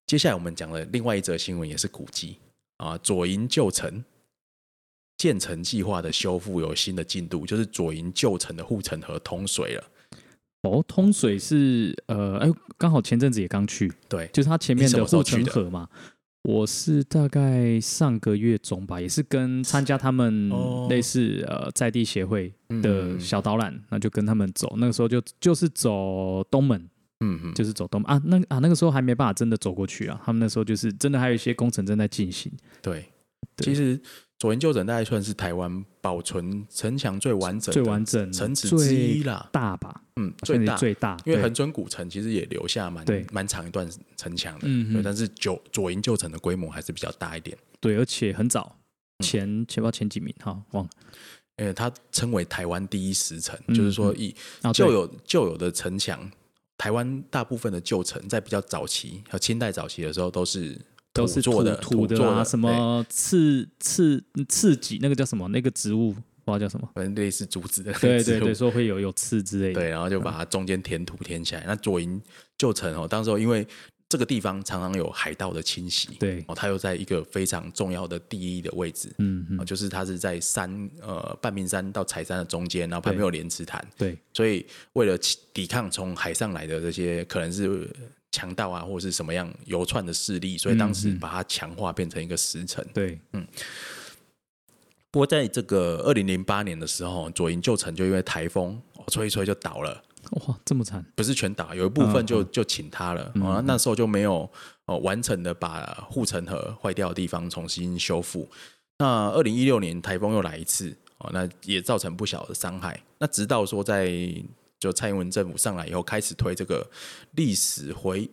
Speaker 2: 接下来我们讲的另外一则新闻也是古迹啊，左营旧城建成计划的修复有新的进度，就是左营旧城的护城河通水了。
Speaker 1: 哦，通水是呃，哎，刚好前阵子也刚去，
Speaker 2: 对，
Speaker 1: 就是它前面
Speaker 2: 你什
Speaker 1: 的
Speaker 2: 么时候
Speaker 1: 护城
Speaker 2: 去的
Speaker 1: 河嘛。我是大概上个月中吧，也是跟参加他们
Speaker 2: 哦
Speaker 1: 类似、呃在地协会
Speaker 2: 嗯
Speaker 1: 的小导览，那就跟他们走。那个时候就就是走东门，
Speaker 2: 嗯嗯，
Speaker 1: 就是走东门啊，那啊那个时候还没办法真的走过去啊。他们那时候就是真的还有一些工程正在进行，
Speaker 2: 对。
Speaker 1: 对
Speaker 2: 其实左营旧城大概算是台湾保存城墙最完整、
Speaker 1: 最完整、
Speaker 2: 城池之一
Speaker 1: 最
Speaker 2: 啦，
Speaker 1: 大吧，
Speaker 2: 嗯，
Speaker 1: 好像
Speaker 2: 最
Speaker 1: 也
Speaker 2: 大。
Speaker 1: 最大，
Speaker 2: 因为
Speaker 1: 对
Speaker 2: 恒春古城其实也留下蛮
Speaker 1: 对
Speaker 2: 蛮长一段城墙的，
Speaker 1: 嗯
Speaker 2: 对，
Speaker 1: 嗯
Speaker 2: 但是九左营旧城的规模还是比较大一点，
Speaker 1: 对，而且很早
Speaker 2: 嗯
Speaker 1: 前前不知道前几名哈忘了
Speaker 2: 因为它称为台湾第一石城，
Speaker 1: 嗯
Speaker 2: 就是说以
Speaker 1: 啊，
Speaker 2: 旧
Speaker 1: 对
Speaker 2: 有旧有的城墙，台湾大部分的旧城在比较早期和清代早期的时候都是
Speaker 1: 都是
Speaker 2: 做的
Speaker 1: 土
Speaker 2: 做
Speaker 1: 的啊，
Speaker 2: 的。
Speaker 1: 什么刺刺刺棘那个叫什么那个植物，不知道叫什么
Speaker 2: [LAUGHS] 对反正类似竹子的
Speaker 1: 对
Speaker 2: [LAUGHS] 植
Speaker 1: 对
Speaker 2: 物
Speaker 1: 对，说会有有刺之类的。
Speaker 2: 对，然后就把它中间填土填起来。那左营旧城哦，当时候因为这个地方常常有海盗的侵袭，
Speaker 1: 对
Speaker 2: 哦，它又在一个非常重要的地一的位置，
Speaker 1: 嗯嗯，
Speaker 2: 哦就是它是在山呃半壁山到柴山的中间，然后旁边
Speaker 1: 对
Speaker 2: 有莲池潭，
Speaker 1: 对
Speaker 2: 所以为了起抵抗从海上来的这些可能是强盗啊，或者是什么样游窜的势力，所以当时
Speaker 1: 嗯嗯
Speaker 2: 把它强化变成一个石城。
Speaker 1: 对，
Speaker 2: 不过在这个二零零八年的时候，左营旧城就因为台风哦吹一吹就倒了。
Speaker 1: 哇，这么惨，
Speaker 2: 不是全打，有一部分就、
Speaker 1: 嗯
Speaker 2: 就请他了、啊。那时候就没有哦完整的把护城河坏掉的地方重新修复。那二零一六年台风又来一次哦，那也造成不小的伤害。那直到说在就蔡英文政府上来以后，开始推这个历史回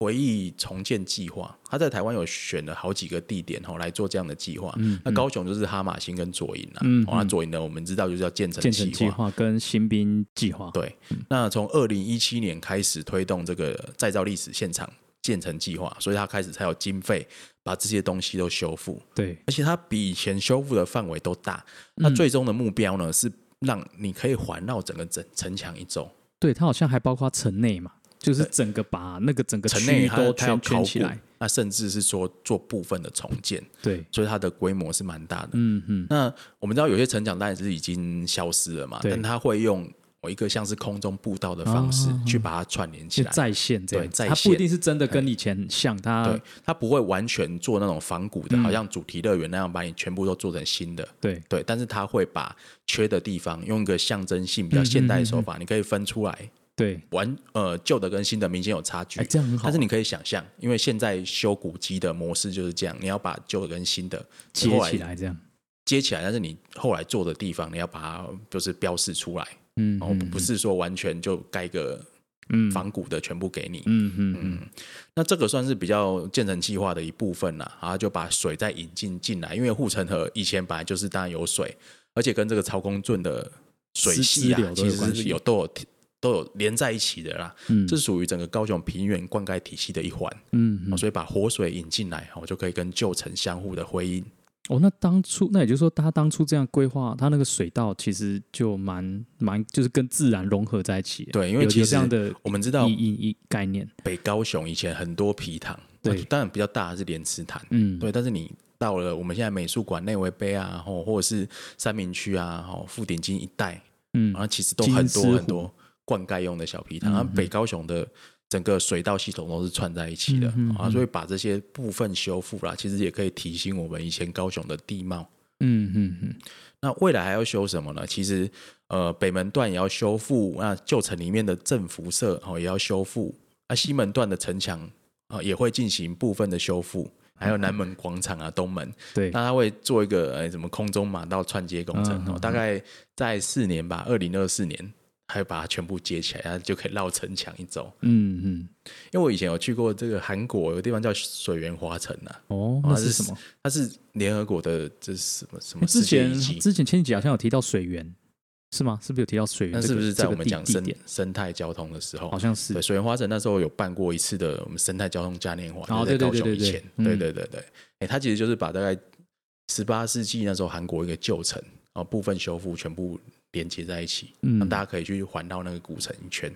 Speaker 2: 回忆重建计划，他在台湾有选了好几个地点哦来做这样的计划。
Speaker 1: 嗯
Speaker 2: 那高雄就是哈马星跟左营啊，
Speaker 1: 嗯
Speaker 2: 哦，那
Speaker 1: 嗯
Speaker 2: 左营呢，我们知道就是要建成
Speaker 1: 建成计划跟新兵计划，
Speaker 2: 对，那从二零一七年开始推动这个再造历史现场建成计划，所以它开始才有经费把这些东西都修复，
Speaker 1: 对
Speaker 2: 而且它比以前修复的范围都大。那
Speaker 1: 嗯
Speaker 2: 最终的目标呢，是让你可以环绕整个城城墙一周，
Speaker 1: 对，它好像还包括城内嘛，就是
Speaker 2: 对
Speaker 1: 整个把那个整个
Speaker 2: 城
Speaker 1: 区
Speaker 2: 内
Speaker 1: 域
Speaker 2: 它
Speaker 1: 都
Speaker 2: 它要
Speaker 1: 圈
Speaker 2: 考
Speaker 1: 圈起
Speaker 2: 古
Speaker 1: 来，，
Speaker 2: 那甚至是说做部分的重建，
Speaker 1: 对，
Speaker 2: 所以它的规模是蛮大的。
Speaker 1: 嗯嗯，
Speaker 2: 那我们知道有些城墙当然是已经消失了嘛，
Speaker 1: 对
Speaker 2: 但它会用一个像是空中步道的方式
Speaker 1: 哦
Speaker 2: 去把它串联起
Speaker 1: 就
Speaker 2: 来。
Speaker 1: 在线这样，
Speaker 2: 对在
Speaker 1: 它不一
Speaker 2: 线
Speaker 1: 定是真的跟以前像，它
Speaker 2: 对，它不会完全做那种仿古
Speaker 1: 嗯
Speaker 2: 的，好像主题乐园那样把你全部都做成新的。
Speaker 1: 对
Speaker 2: 对，但是它会把缺的地方用一个象征性比较
Speaker 1: 嗯
Speaker 2: 现
Speaker 1: 嗯
Speaker 2: 代的
Speaker 1: 嗯
Speaker 2: 手法，你可以分出来，
Speaker 1: 对，
Speaker 2: 完呃旧的跟新的明显有差距。
Speaker 1: 哎，这样很好，
Speaker 2: 但是你可以想象，因为现在修古迹的模式就是这样，你要把旧的跟新的
Speaker 1: 接
Speaker 2: 后
Speaker 1: 起来这样，
Speaker 2: 接起来，但是你后来做的地方，你要把它就是标示出来，
Speaker 1: 嗯，
Speaker 2: 然后不
Speaker 1: 嗯
Speaker 2: 哦不是说完全就盖个
Speaker 1: 嗯
Speaker 2: 仿古的全部给你，
Speaker 1: 嗯嗯嗯，
Speaker 2: 嗯，那这个算是比较建成计划的一部分啦，然后就把水再引进进来，因为护城河以前本来就是当然有水，而且跟这个曹公圳的水系
Speaker 1: 支
Speaker 2: 啊
Speaker 1: 流，都
Speaker 2: 其
Speaker 1: 有
Speaker 2: 实
Speaker 1: 关
Speaker 2: 是
Speaker 1: 系
Speaker 2: 有都有都有连在一起的啦，
Speaker 1: 嗯
Speaker 2: 这哦属于整个高雄平原灌溉体系的一环，
Speaker 1: 嗯嗯
Speaker 2: 哦所以把活水引进来，我就可以跟旧城相互的回应。
Speaker 1: 哦，那当初那也就是说，他当初这样规划，他那个水道其实就蛮蛮，就是跟自然融合在一起。
Speaker 2: 对因为
Speaker 1: 有有
Speaker 2: 其实
Speaker 1: 这样的
Speaker 2: 我们知道
Speaker 1: 意义意概念，
Speaker 2: 北高雄以前很多皮塘，
Speaker 1: 对
Speaker 2: 那当然比较大的是莲池潭，
Speaker 1: 嗯，
Speaker 2: 对，但是你到了我们现在美术馆内围碑啊，吼，或者是三明区啊，吼，富鼎金一带，
Speaker 1: 嗯
Speaker 2: 然，后其实都很
Speaker 1: 金
Speaker 2: 多
Speaker 1: 丝湖嗯
Speaker 2: 很多灌溉用的小皮塘，然后北高雄的整个水道系统都是串在一起的
Speaker 1: 嗯嗯
Speaker 2: 啊，所以把这些部分修复啦，其实也可以提醒我们以前高雄的地貌。
Speaker 1: 嗯嗯嗯，
Speaker 2: 那未来还要修什么呢？其实，呃，北门段也要修复，那旧城里面的正辐射哦也要修复，那西门段的城墙啊、呃也会进行部分的修复，还有南门广场啊、东门，
Speaker 1: 对，
Speaker 2: 那它会做一个呃什么空中马道串接工程
Speaker 1: 嗯
Speaker 2: 哦，
Speaker 1: 嗯
Speaker 2: 大概在四年吧，二零二四年，还有把它全部接起来，它就可以绕城墙一周。
Speaker 1: 嗯嗯，
Speaker 2: 因为我以前有去过这个韩国有个地方叫水源华城啊，
Speaker 1: 哦，
Speaker 2: 哦
Speaker 1: 那
Speaker 2: 它
Speaker 1: 是什么？
Speaker 2: 它是联合国的这是什么什
Speaker 1: 诶
Speaker 2: 么
Speaker 1: 之
Speaker 2: 世界遗
Speaker 1: 前
Speaker 2: 迹？
Speaker 1: 之前前几集好像有提到水源，是吗？是不是有提到水源
Speaker 2: 那
Speaker 1: 这
Speaker 2: 是
Speaker 1: 个？
Speaker 2: 不是在
Speaker 1: 这
Speaker 2: 我
Speaker 1: 个
Speaker 2: 们
Speaker 1: 地
Speaker 2: 讲
Speaker 1: 地
Speaker 2: 生
Speaker 1: 点？
Speaker 2: 生态交通的时候
Speaker 1: 好？像是
Speaker 2: 对，，水源花城那时候有办过一次的我们生态交通嘉年华，
Speaker 1: 哦
Speaker 2: 就是在
Speaker 1: 对
Speaker 2: 高
Speaker 1: 对
Speaker 2: 雄
Speaker 1: 对
Speaker 2: 以
Speaker 1: 对对
Speaker 2: 前，
Speaker 1: 嗯
Speaker 2: 对对对对，哎、它其实就是把大概十八世纪那时候韩国一个旧城啊部分修复全部连接在一起，
Speaker 1: 嗯
Speaker 2: 让大家可以去环绕那个古城一圈。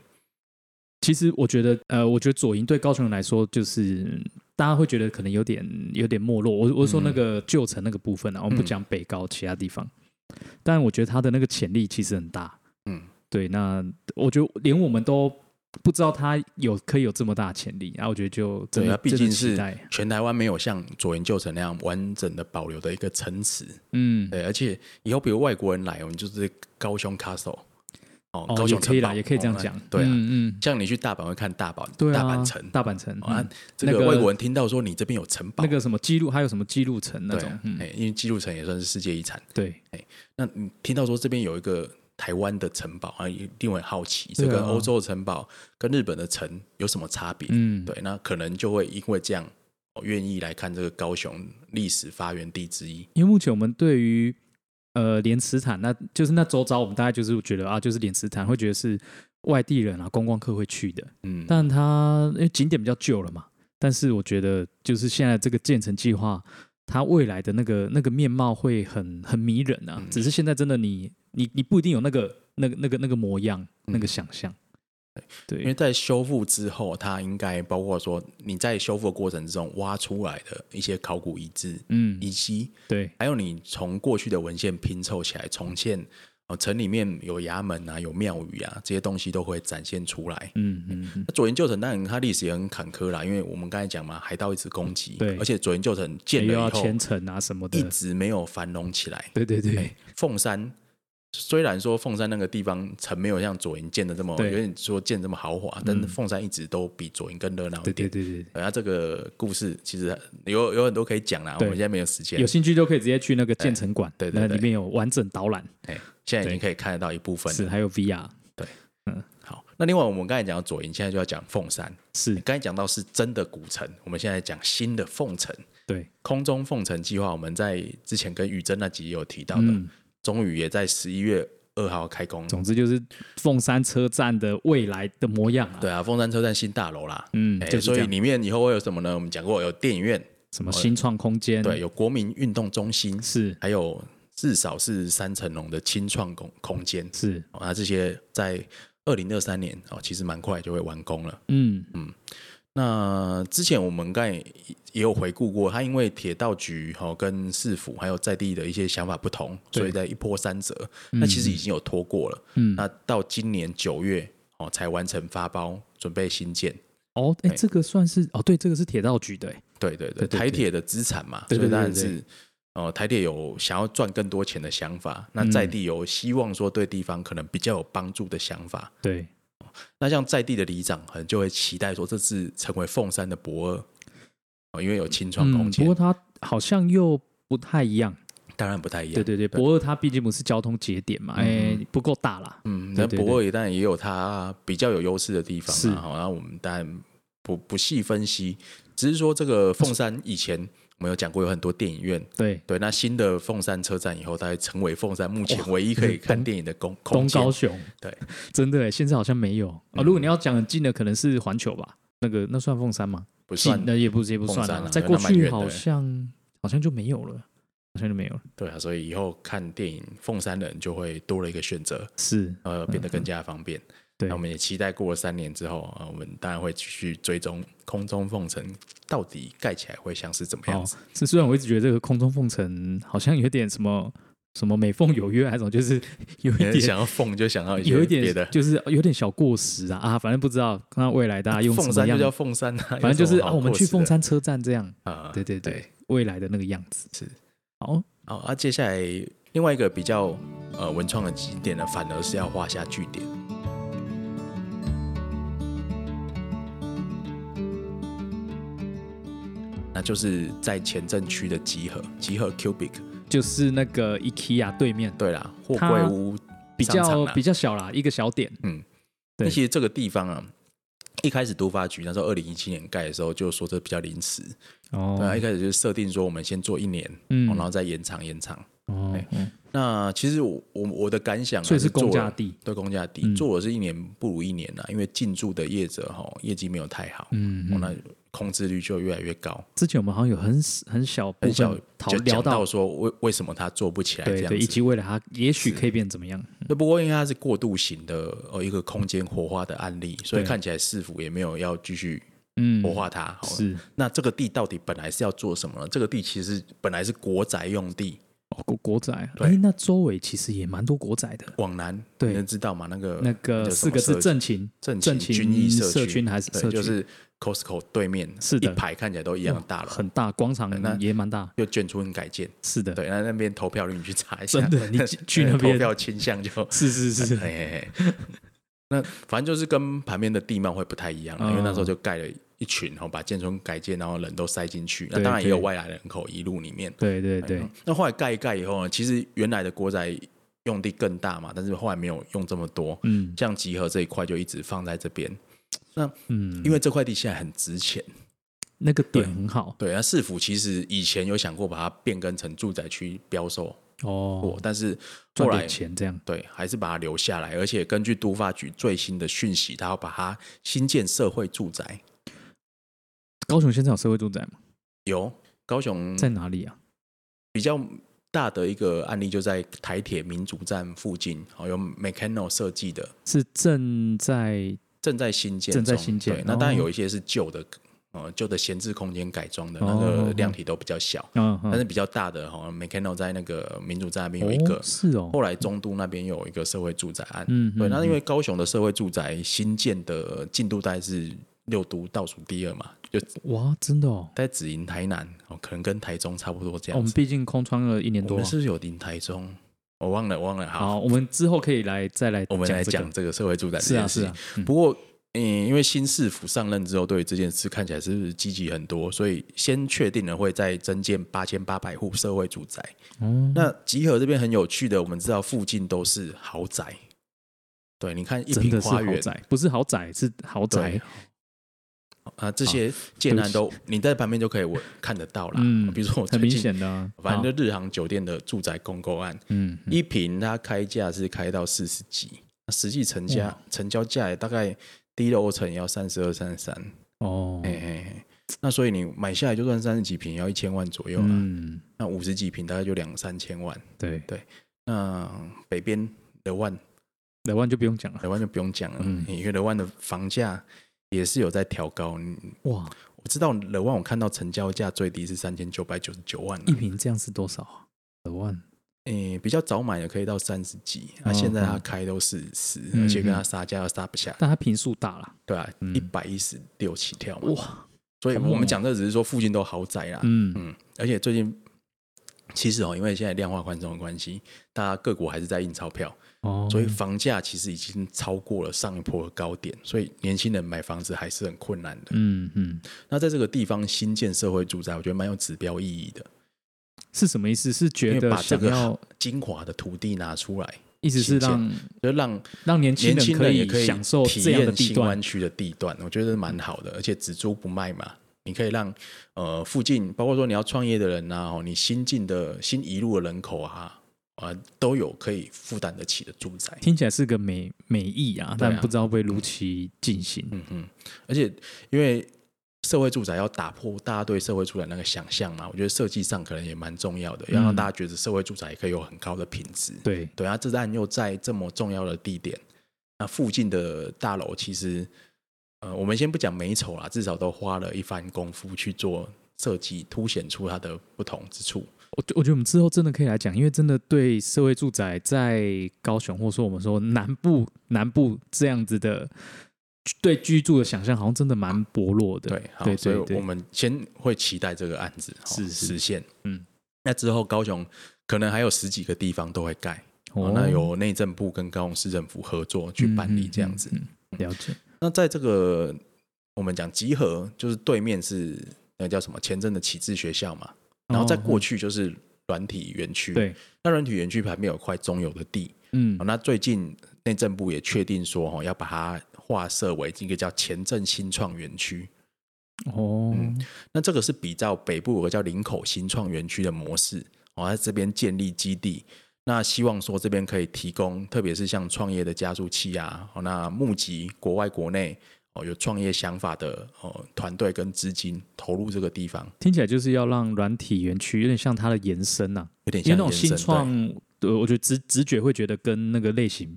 Speaker 1: 其实我觉得，呃，我觉得左营对高雄人来说，就是大家会觉得可能有点有点没落。我我
Speaker 2: 嗯
Speaker 1: 说那个旧城那个部分啊，我们不讲北高其他地方，但我觉得它的那个潜力其实很大。
Speaker 2: 嗯，
Speaker 1: 对，那我觉得连我们都不知道它有可以有这么大的潜力，然、后我觉得就真
Speaker 2: 对，
Speaker 1: 的
Speaker 2: 它毕
Speaker 1: 真的
Speaker 2: 竟
Speaker 1: 期
Speaker 2: 是
Speaker 1: 待
Speaker 2: 全台湾没有像左营旧城那样完整的保留的一个城池。
Speaker 1: 嗯，
Speaker 2: 对，而且以后比如外国人来，我们就是高雄 castle，哦，
Speaker 1: 哦
Speaker 2: 高
Speaker 1: 也
Speaker 2: 雄
Speaker 1: 可以
Speaker 2: 城
Speaker 1: 啦，
Speaker 2: 堡
Speaker 1: 也可以这样
Speaker 2: 哦
Speaker 1: 讲，
Speaker 2: 对啊，
Speaker 1: 嗯嗯，
Speaker 2: 像你去大阪会看大阪，
Speaker 1: 对啊，
Speaker 2: 大阪城。
Speaker 1: 大阪城
Speaker 2: 哦啊
Speaker 1: 嗯，
Speaker 2: 这
Speaker 1: 那
Speaker 2: 个
Speaker 1: 个
Speaker 2: 外国人听到说你这边有城堡，
Speaker 1: 那个什么记录，还有什么记录城那
Speaker 2: 对
Speaker 1: 种
Speaker 2: 啊，，
Speaker 1: 嗯，
Speaker 2: 哎，因为记录城也算是世界遗产。
Speaker 1: 对，
Speaker 2: 那你听到说这边有一个台湾的城堡啊，一定会很好奇，这
Speaker 1: 对啊
Speaker 2: 跟欧洲的城堡跟日本的城有什么差别？
Speaker 1: 嗯，
Speaker 2: 对，那可能就会因为这样，哦愿意来看这个高雄历史发源地之一。
Speaker 1: 因为目前我们对于呃莲池潭，那就是那周遭，我们大概就是觉得啊，就是莲池潭会觉得是外地人啊观光客会去的，
Speaker 2: 嗯，
Speaker 1: 但它因为景点比较旧了嘛，但是我觉得就是现在这个建成计划，它未来的那个那个面貌会很很迷人啊，
Speaker 2: 嗯
Speaker 1: 只是现在真的你你你不一定有那个那个那个那个模样、那个想象，对，
Speaker 2: 嗯因为在修复之后，它应该包括说你在修复的过程之中挖出来的一些考古遗址、
Speaker 1: 嗯，
Speaker 2: 遗迹，
Speaker 1: 对，
Speaker 2: 还有你从过去的文献拼凑起来重现，呃，城里面有衙门啊，有庙宇啊，这些东西都会展现出来。
Speaker 1: 嗯嗯嗯，
Speaker 2: 那左营旧城当然它历史也很坎坷啦，因为我们刚才讲嘛，海盗一直攻击，
Speaker 1: 对
Speaker 2: 而且左营旧城建
Speaker 1: 也
Speaker 2: 了
Speaker 1: 要
Speaker 2: 以后
Speaker 1: 虔诚啊什么
Speaker 2: 一
Speaker 1: 的，
Speaker 2: 直没有繁荣起来。
Speaker 1: 对对对
Speaker 2: 哎，凤山虽然说凤山那个地方城没有像左营建的这么，
Speaker 1: 对
Speaker 2: 有点说建这么豪华，但是凤山一直都比左营更热闹一
Speaker 1: 对对
Speaker 2: 点。
Speaker 1: 对对。
Speaker 2: 然后这个故事其实有有很多可以讲啦，我
Speaker 1: 对
Speaker 2: 们现在没有时间
Speaker 1: 有，兴趣就可以直接去那个建成馆，
Speaker 2: 哎对对对
Speaker 1: 那里面有完整导览，
Speaker 2: 哎，现在已
Speaker 1: 对
Speaker 2: 经可以看得到一部分
Speaker 1: 是
Speaker 2: 了。
Speaker 1: 还有 VR，
Speaker 2: 好，那另外我们刚才讲到左营，现在就要讲凤山。
Speaker 1: 是
Speaker 2: 刚才讲到是真的古城，我们现在讲新的凤城。
Speaker 1: 对，
Speaker 2: 空中凤城计划，我们在之前跟雨珍那集也有提到的，
Speaker 1: 嗯，
Speaker 2: 终于也在十一月二号开工。
Speaker 1: 总之就是凤山车站的未来的模样啊，
Speaker 2: 对啊，凤山车站新大楼啦，
Speaker 1: 嗯，
Speaker 2: 哎
Speaker 1: 就是
Speaker 2: 所
Speaker 1: 这
Speaker 2: 以
Speaker 1: 样，
Speaker 2: 里面以后会有什么呢？我们讲过有电影院，
Speaker 1: 什么新创空间，
Speaker 2: 对，，有国民运动中心，
Speaker 1: 是
Speaker 2: 还有至少是三层楼的清创空空间。
Speaker 1: 是，
Speaker 2: 哦那这些在二零二三年哦，其实蛮快就会完工了。
Speaker 1: 嗯，
Speaker 2: 那之前我们刚才也有回顾过，它因为铁道局哈、哦、跟市府还有在地的一些想法不同，
Speaker 1: 对
Speaker 2: 所以在一波三折。那其实已经有拖过了，
Speaker 1: 嗯
Speaker 2: 那到今年九月哦才完成发包，准备新建。
Speaker 1: 哦，哎，
Speaker 2: 哎
Speaker 1: 这个算是哦，对，这个是铁道局的，哎
Speaker 2: 对对对，
Speaker 1: 对对对
Speaker 2: 台铁的资产嘛，
Speaker 1: 对对对
Speaker 2: 所以当然
Speaker 1: 对对
Speaker 2: 是哦，台铁有想要赚更多钱的想法，
Speaker 1: 嗯
Speaker 2: 那在地有希望说对地方可能比较有帮助的想法。
Speaker 1: 对，
Speaker 2: 那像在地的里长，可能就会期待说这次成为凤山的博二哦，因为有清创空
Speaker 1: 嗯，不
Speaker 2: 间，
Speaker 1: 过它好像又不太一样，
Speaker 2: 当然不太一样。
Speaker 1: 对对对，博二它毕竟不是交通节点嘛，哎
Speaker 2: 嗯，
Speaker 1: 不够大啦，
Speaker 2: 嗯，
Speaker 1: 对
Speaker 2: 那
Speaker 1: 对
Speaker 2: 博二也当然也有它比较有优势的地方
Speaker 1: 是
Speaker 2: 啊。好，那我们当然不不细分析，只是说这个凤山以前我们有讲过有很多电影院，
Speaker 1: 对，
Speaker 2: 对，那新的凤山车站以后，它会成为凤山目前唯一可以看电影的空空
Speaker 1: 东
Speaker 2: 间
Speaker 1: 高。雄，
Speaker 2: 对，
Speaker 1: [LAUGHS]
Speaker 2: 嗯
Speaker 1: 真的耶，欸现在好像没有啊。如果你要讲很近的，可能是环球吧，那个那算凤山吗？
Speaker 2: 不算
Speaker 1: 近的也不是也不算
Speaker 2: 凤山
Speaker 1: 啊
Speaker 2: 啊
Speaker 1: 在过
Speaker 2: 那蛮
Speaker 1: 去
Speaker 2: 远的
Speaker 1: 好像好像就没有了，好像就没有了。
Speaker 2: 对啊，所以以后看电影，凤山人就会多了一个选择，
Speaker 1: 是，
Speaker 2: 呃，变得更加方便。
Speaker 1: 嗯对
Speaker 2: 那我们也期待过了三年之后啊、我们当然会继续追踪空中凤城到底盖起来会像是怎么样
Speaker 1: 哦
Speaker 2: 子。，
Speaker 1: 是虽然我一直觉得这个空中凤城好像有点什么什么美凤有约，还是什么，就是 [LAUGHS] 有一
Speaker 2: 有人
Speaker 1: 点
Speaker 2: 想要凤，就想到一些
Speaker 1: 有一
Speaker 2: 别
Speaker 1: 点
Speaker 2: 的。
Speaker 1: 就是有点小过时啊啊，反正不知道看看未来大啊家用什
Speaker 2: 凤
Speaker 1: 么
Speaker 2: 山就
Speaker 1: 样，
Speaker 2: 叫凤山啊，
Speaker 1: [LAUGHS] 反正就是、
Speaker 2: 有什么
Speaker 1: 啊、
Speaker 2: 好
Speaker 1: 我们
Speaker 2: 过
Speaker 1: 去
Speaker 2: 时的
Speaker 1: 凤山车站这样，
Speaker 2: 啊，
Speaker 1: 对对对，未来的那个样子
Speaker 2: 是
Speaker 1: 好，
Speaker 2: 好，那、哦啊接下来另外一个比较呃文创的景点呢，反而是要画下句点。那就是在前镇区的集合，集合 Cubic，
Speaker 1: 就是那个 IKEA 对面
Speaker 2: 对啦，货柜屋
Speaker 1: 比
Speaker 2: 商场
Speaker 1: 较
Speaker 2: 啦
Speaker 1: 比较小啦，一个小点，
Speaker 2: 嗯，
Speaker 1: 对
Speaker 2: 那其实这个地方啊，一开始都发局那时候二零一七年盖的时候就说这比较临时，
Speaker 1: 哦
Speaker 2: 对啊，一开始就是设定说我们先做一年，
Speaker 1: 嗯
Speaker 2: 哦然后再延长延长。
Speaker 1: 哦
Speaker 2: 哎，
Speaker 1: 嗯
Speaker 2: 那其实我我我的感想、啊，
Speaker 1: 所以是
Speaker 2: 做
Speaker 1: 公家
Speaker 2: 了
Speaker 1: 地，
Speaker 2: 对公家地，
Speaker 1: 嗯
Speaker 2: 啊做了是一年不如一年啦、因为进驻的业者哈、业绩没有太好，
Speaker 1: 嗯
Speaker 2: 哦、
Speaker 1: 嗯
Speaker 2: 那空置率就越来越高。
Speaker 1: 之前我们好像有很很小部
Speaker 2: 很小
Speaker 1: 分讨
Speaker 2: 就
Speaker 1: 聊
Speaker 2: 讲
Speaker 1: 到
Speaker 2: 到，说为为什么它做不起来这
Speaker 1: 对
Speaker 2: 样
Speaker 1: 对，
Speaker 2: 子，
Speaker 1: 以及为了它，也许
Speaker 2: 是
Speaker 1: 可以变怎么样？
Speaker 2: 对，不过因为它是过渡型的呃一个空间活化的案例，所以
Speaker 1: 对
Speaker 2: 看起来市府也没有要继续
Speaker 1: 嗯，
Speaker 2: 活化它。好了
Speaker 1: 是
Speaker 2: 那这个地到底本来是要做什么呢？这个地其实本来是国宅用地，
Speaker 1: 哦国国宅，
Speaker 2: 对
Speaker 1: 哎，那周围其实也蛮多国宅的。
Speaker 2: 往南
Speaker 1: 对
Speaker 2: 你能知道吗？那个
Speaker 1: 那
Speaker 2: 叫
Speaker 1: 个
Speaker 2: 什
Speaker 1: 四
Speaker 2: 么
Speaker 1: 个
Speaker 2: 社
Speaker 1: 字
Speaker 2: 区
Speaker 1: 正勤，
Speaker 2: 正
Speaker 1: 正
Speaker 2: 勤
Speaker 1: 勤
Speaker 2: 军艺社
Speaker 1: 社区还是社
Speaker 2: 对，就
Speaker 1: 区
Speaker 2: 是 Costco 对面
Speaker 1: 是
Speaker 2: 一
Speaker 1: 的
Speaker 2: 排看起来都一样的大楼，
Speaker 1: 很大，广场
Speaker 2: 那
Speaker 1: 也蛮大。
Speaker 2: 又眷村改建。
Speaker 1: 是的，
Speaker 2: 对，那那边投票率你去查一下，
Speaker 1: 真的，你
Speaker 2: [LAUGHS]
Speaker 1: 去那
Speaker 2: 投
Speaker 1: 边，
Speaker 2: 票倾向就
Speaker 1: 是是是，
Speaker 2: 哎，嘿嘿 [LAUGHS] 那反正就是跟旁边的地貌会不太一样啦，
Speaker 1: 哦
Speaker 2: 因为那时候就盖了一群，然后把建村改建，然后人都塞进去，那
Speaker 1: 对
Speaker 2: 当然也有
Speaker 1: 对
Speaker 2: 外来人口移入里面。
Speaker 1: 对对对
Speaker 2: 嗯，那后来盖一盖以后呢，其实原来的国宅用地更大嘛，但是后来没有用这么多，
Speaker 1: 嗯
Speaker 2: 像集合这一块就一直放在这边，
Speaker 1: 嗯，
Speaker 2: 因为这块地现在很值钱。
Speaker 1: 那个点
Speaker 2: 对
Speaker 1: 很好
Speaker 2: 对，那市府其实以前有想过把它变更成住宅区标售过，
Speaker 1: 哦，
Speaker 2: 但是后
Speaker 1: 赚
Speaker 2: 来
Speaker 1: 点钱这样，
Speaker 2: 对，还是把它留下来。而且根据都发局最新的讯息，它要把它新建社会住宅。
Speaker 1: 高雄现在有社会住宅吗？
Speaker 2: 有高雄
Speaker 1: 在哪里啊？
Speaker 2: 比较大的一个案例，就在台铁民族站附近，好有 Mecano 设计的，
Speaker 1: 是正在
Speaker 2: 正在新建
Speaker 1: 正
Speaker 2: 中，
Speaker 1: 在新建
Speaker 2: 对，那当然
Speaker 1: 哦
Speaker 2: 有一些是旧的，呃，旧的闲置空间改装的，
Speaker 1: 哦
Speaker 2: 那
Speaker 1: 哦
Speaker 2: 个
Speaker 1: 哦
Speaker 2: 量体都比较小。
Speaker 1: 嗯，
Speaker 2: 但是
Speaker 1: 嗯
Speaker 2: 比较大的哈，Mecano 在那个民主站那边有一个
Speaker 1: 哦，是哦，
Speaker 2: 后来中都那边有一个社会住宅案，
Speaker 1: 嗯，
Speaker 2: 对，
Speaker 1: 嗯
Speaker 2: 那
Speaker 1: 嗯
Speaker 2: 因为高雄的社会住宅新建的进度大概是六都倒数第二嘛，就
Speaker 1: 哇，真的哦，
Speaker 2: 在只赢台南哦，可能跟台中差不多这
Speaker 1: 我
Speaker 2: 样
Speaker 1: 们
Speaker 2: 子。
Speaker 1: 毕竟空窗了一年
Speaker 2: 我
Speaker 1: 哦多
Speaker 2: 们，是不是有赢台中？我忘了，忘了。好，
Speaker 1: 好，我们之后可以来再来
Speaker 2: 我们来
Speaker 1: 这个
Speaker 2: 讲，这个社会住宅这
Speaker 1: 是
Speaker 2: 件
Speaker 1: 啊是
Speaker 2: 事情。
Speaker 1: 啊，嗯
Speaker 2: 不过，嗯，因为新市府上任之后，对于这件事看起来是积极很多，所以先确定了会再增建八千八百户社会住宅。
Speaker 1: 哦，
Speaker 2: 那集合这边很有趣的，我们知道附近都是豪宅，对，你看一
Speaker 1: 真
Speaker 2: 平
Speaker 1: 的是
Speaker 2: 花
Speaker 1: 豪
Speaker 2: 园，
Speaker 1: 宅，不是豪宅，是豪宅
Speaker 2: 对，啊，这些建案都你在旁边就可以我看得到啦。
Speaker 1: 嗯
Speaker 2: 比如说我最
Speaker 1: 很明
Speaker 2: 近，
Speaker 1: 显的啊，
Speaker 2: 反
Speaker 1: 好
Speaker 2: 正就日航酒店的住宅公购案，
Speaker 1: 嗯，嗯
Speaker 2: 一平它开价是开到四十几，实际成价
Speaker 1: 哇
Speaker 2: 成交价也大概低楼层也要三十二、三十三，
Speaker 1: 哦，
Speaker 2: 哎哎。嘿那所以你买下来就算三十几平，也要一千万左右啦。
Speaker 1: 嗯，
Speaker 2: 那五十几平大概就两三千万。
Speaker 1: 对，
Speaker 2: 那北边的万
Speaker 1: 台湾就不用讲了，
Speaker 2: 台湾就不用讲了，
Speaker 1: 嗯
Speaker 2: 因为台湾的房价也是有在调高。你
Speaker 1: 哇，
Speaker 2: 我知道台湾我看到成交价最低是三千九百九十九万、
Speaker 1: 一瓶这样是多少啊？十万，
Speaker 2: 诶、比较早买的可以到三十几，那、
Speaker 1: 嗯
Speaker 2: 现在它开都四十、
Speaker 1: 嗯
Speaker 2: 而且跟它杀价又杀不下，
Speaker 1: 但它平数大了，
Speaker 2: 对啊，
Speaker 1: 嗯
Speaker 2: 一百一十六起跳嘛。
Speaker 1: 哇，
Speaker 2: 所以
Speaker 1: 好猛哦
Speaker 2: 我们讲这只是说附近都豪宅啦，
Speaker 1: 嗯
Speaker 2: 嗯而且最近其实哦，因为现在量化宽松的关系，大家各国还是在印钞票，
Speaker 1: 哦，
Speaker 2: 所以房价其实已经超过了上一波的高点，所以年轻人买房子还是很困难的。
Speaker 1: 嗯嗯，
Speaker 2: 那在这个地方新建社会住宅，我觉得蛮有指标意义的，
Speaker 1: 是什么意思？是觉
Speaker 2: 因为
Speaker 1: 得
Speaker 2: 把这
Speaker 1: 想
Speaker 2: 个
Speaker 1: 要，
Speaker 2: [LAUGHS] 精华的土地拿出来，
Speaker 1: 意思是
Speaker 2: 新鲜
Speaker 1: 让
Speaker 2: 就让
Speaker 1: 让年轻
Speaker 2: 年
Speaker 1: 人
Speaker 2: 轻
Speaker 1: 可
Speaker 2: 人也
Speaker 1: 以
Speaker 2: 可以
Speaker 1: 享受
Speaker 2: 体
Speaker 1: 这样的
Speaker 2: 验
Speaker 1: 地
Speaker 2: 新
Speaker 1: 段
Speaker 2: 湾，区的地段，我觉得蛮好的，而且只租不卖嘛。你可以让呃附近，包括说你要创业的人呐、哦，你新进的新移入的人口啊，啊都有可以负担得起的住宅。
Speaker 1: 听起来是个美美意啊，
Speaker 2: 对啊
Speaker 1: 但不知道会不会如期进行。
Speaker 2: 嗯嗯，而且因为社会住宅要打破大家对社会住宅那个想象嘛，我觉得设计上可能也蛮重要的，要
Speaker 1: 嗯
Speaker 2: 让大家觉得社会住宅也可以有很高的品质。
Speaker 1: 对，
Speaker 2: 对啊，这站又在这么重要的地点，那附近的大楼其实，呃，我们先不讲美丑啦，至少都花了一番功夫去做设计，凸显出它的不同之处。
Speaker 1: 我我觉得我们之后真的可以来讲，因为真的对社会住宅在高雄，或者说我们说南部南部这样子的对居住的想象，好像真的蛮薄弱的。
Speaker 2: 对，好，
Speaker 1: 对
Speaker 2: 所
Speaker 1: 对
Speaker 2: 以我
Speaker 1: 对，
Speaker 2: 们先会期待这个案子、哦、
Speaker 1: 是是
Speaker 2: 实现。
Speaker 1: 嗯，
Speaker 2: 那之后高雄可能还有十几个地方都会盖，哦
Speaker 1: 哦，
Speaker 2: 那由内政部跟高雄市政府合作去办理这样子。
Speaker 1: 嗯嗯嗯了解。
Speaker 2: 那在这个我们讲集合，就是对面是那叫什么前镇的启智学校嘛，然后再过
Speaker 1: 去，
Speaker 2: 去就是软体园区。
Speaker 1: 哦嗯对，
Speaker 2: 那软体园区旁边有块中游的地，
Speaker 1: 嗯
Speaker 2: 哦，那最近内政部也确定说，哦，要把它划设为一个叫前镇新创园区。
Speaker 1: 哦，
Speaker 2: 嗯那这个是比照北部有个叫林口新创园区的模式，哦，在这边建立基地。那希望说这边可以提供，特别是像创业的加速器啊，哦，那募集国外国内哦有创业想法的哦团队跟资金投入这个地方，
Speaker 1: 听起来就是要让软体园区有点像它的延伸啊呐、
Speaker 2: 有点
Speaker 1: 因为
Speaker 2: 像
Speaker 1: 那种
Speaker 2: 延伸
Speaker 1: 新创，呃，我觉得直直觉会觉得跟那个类型，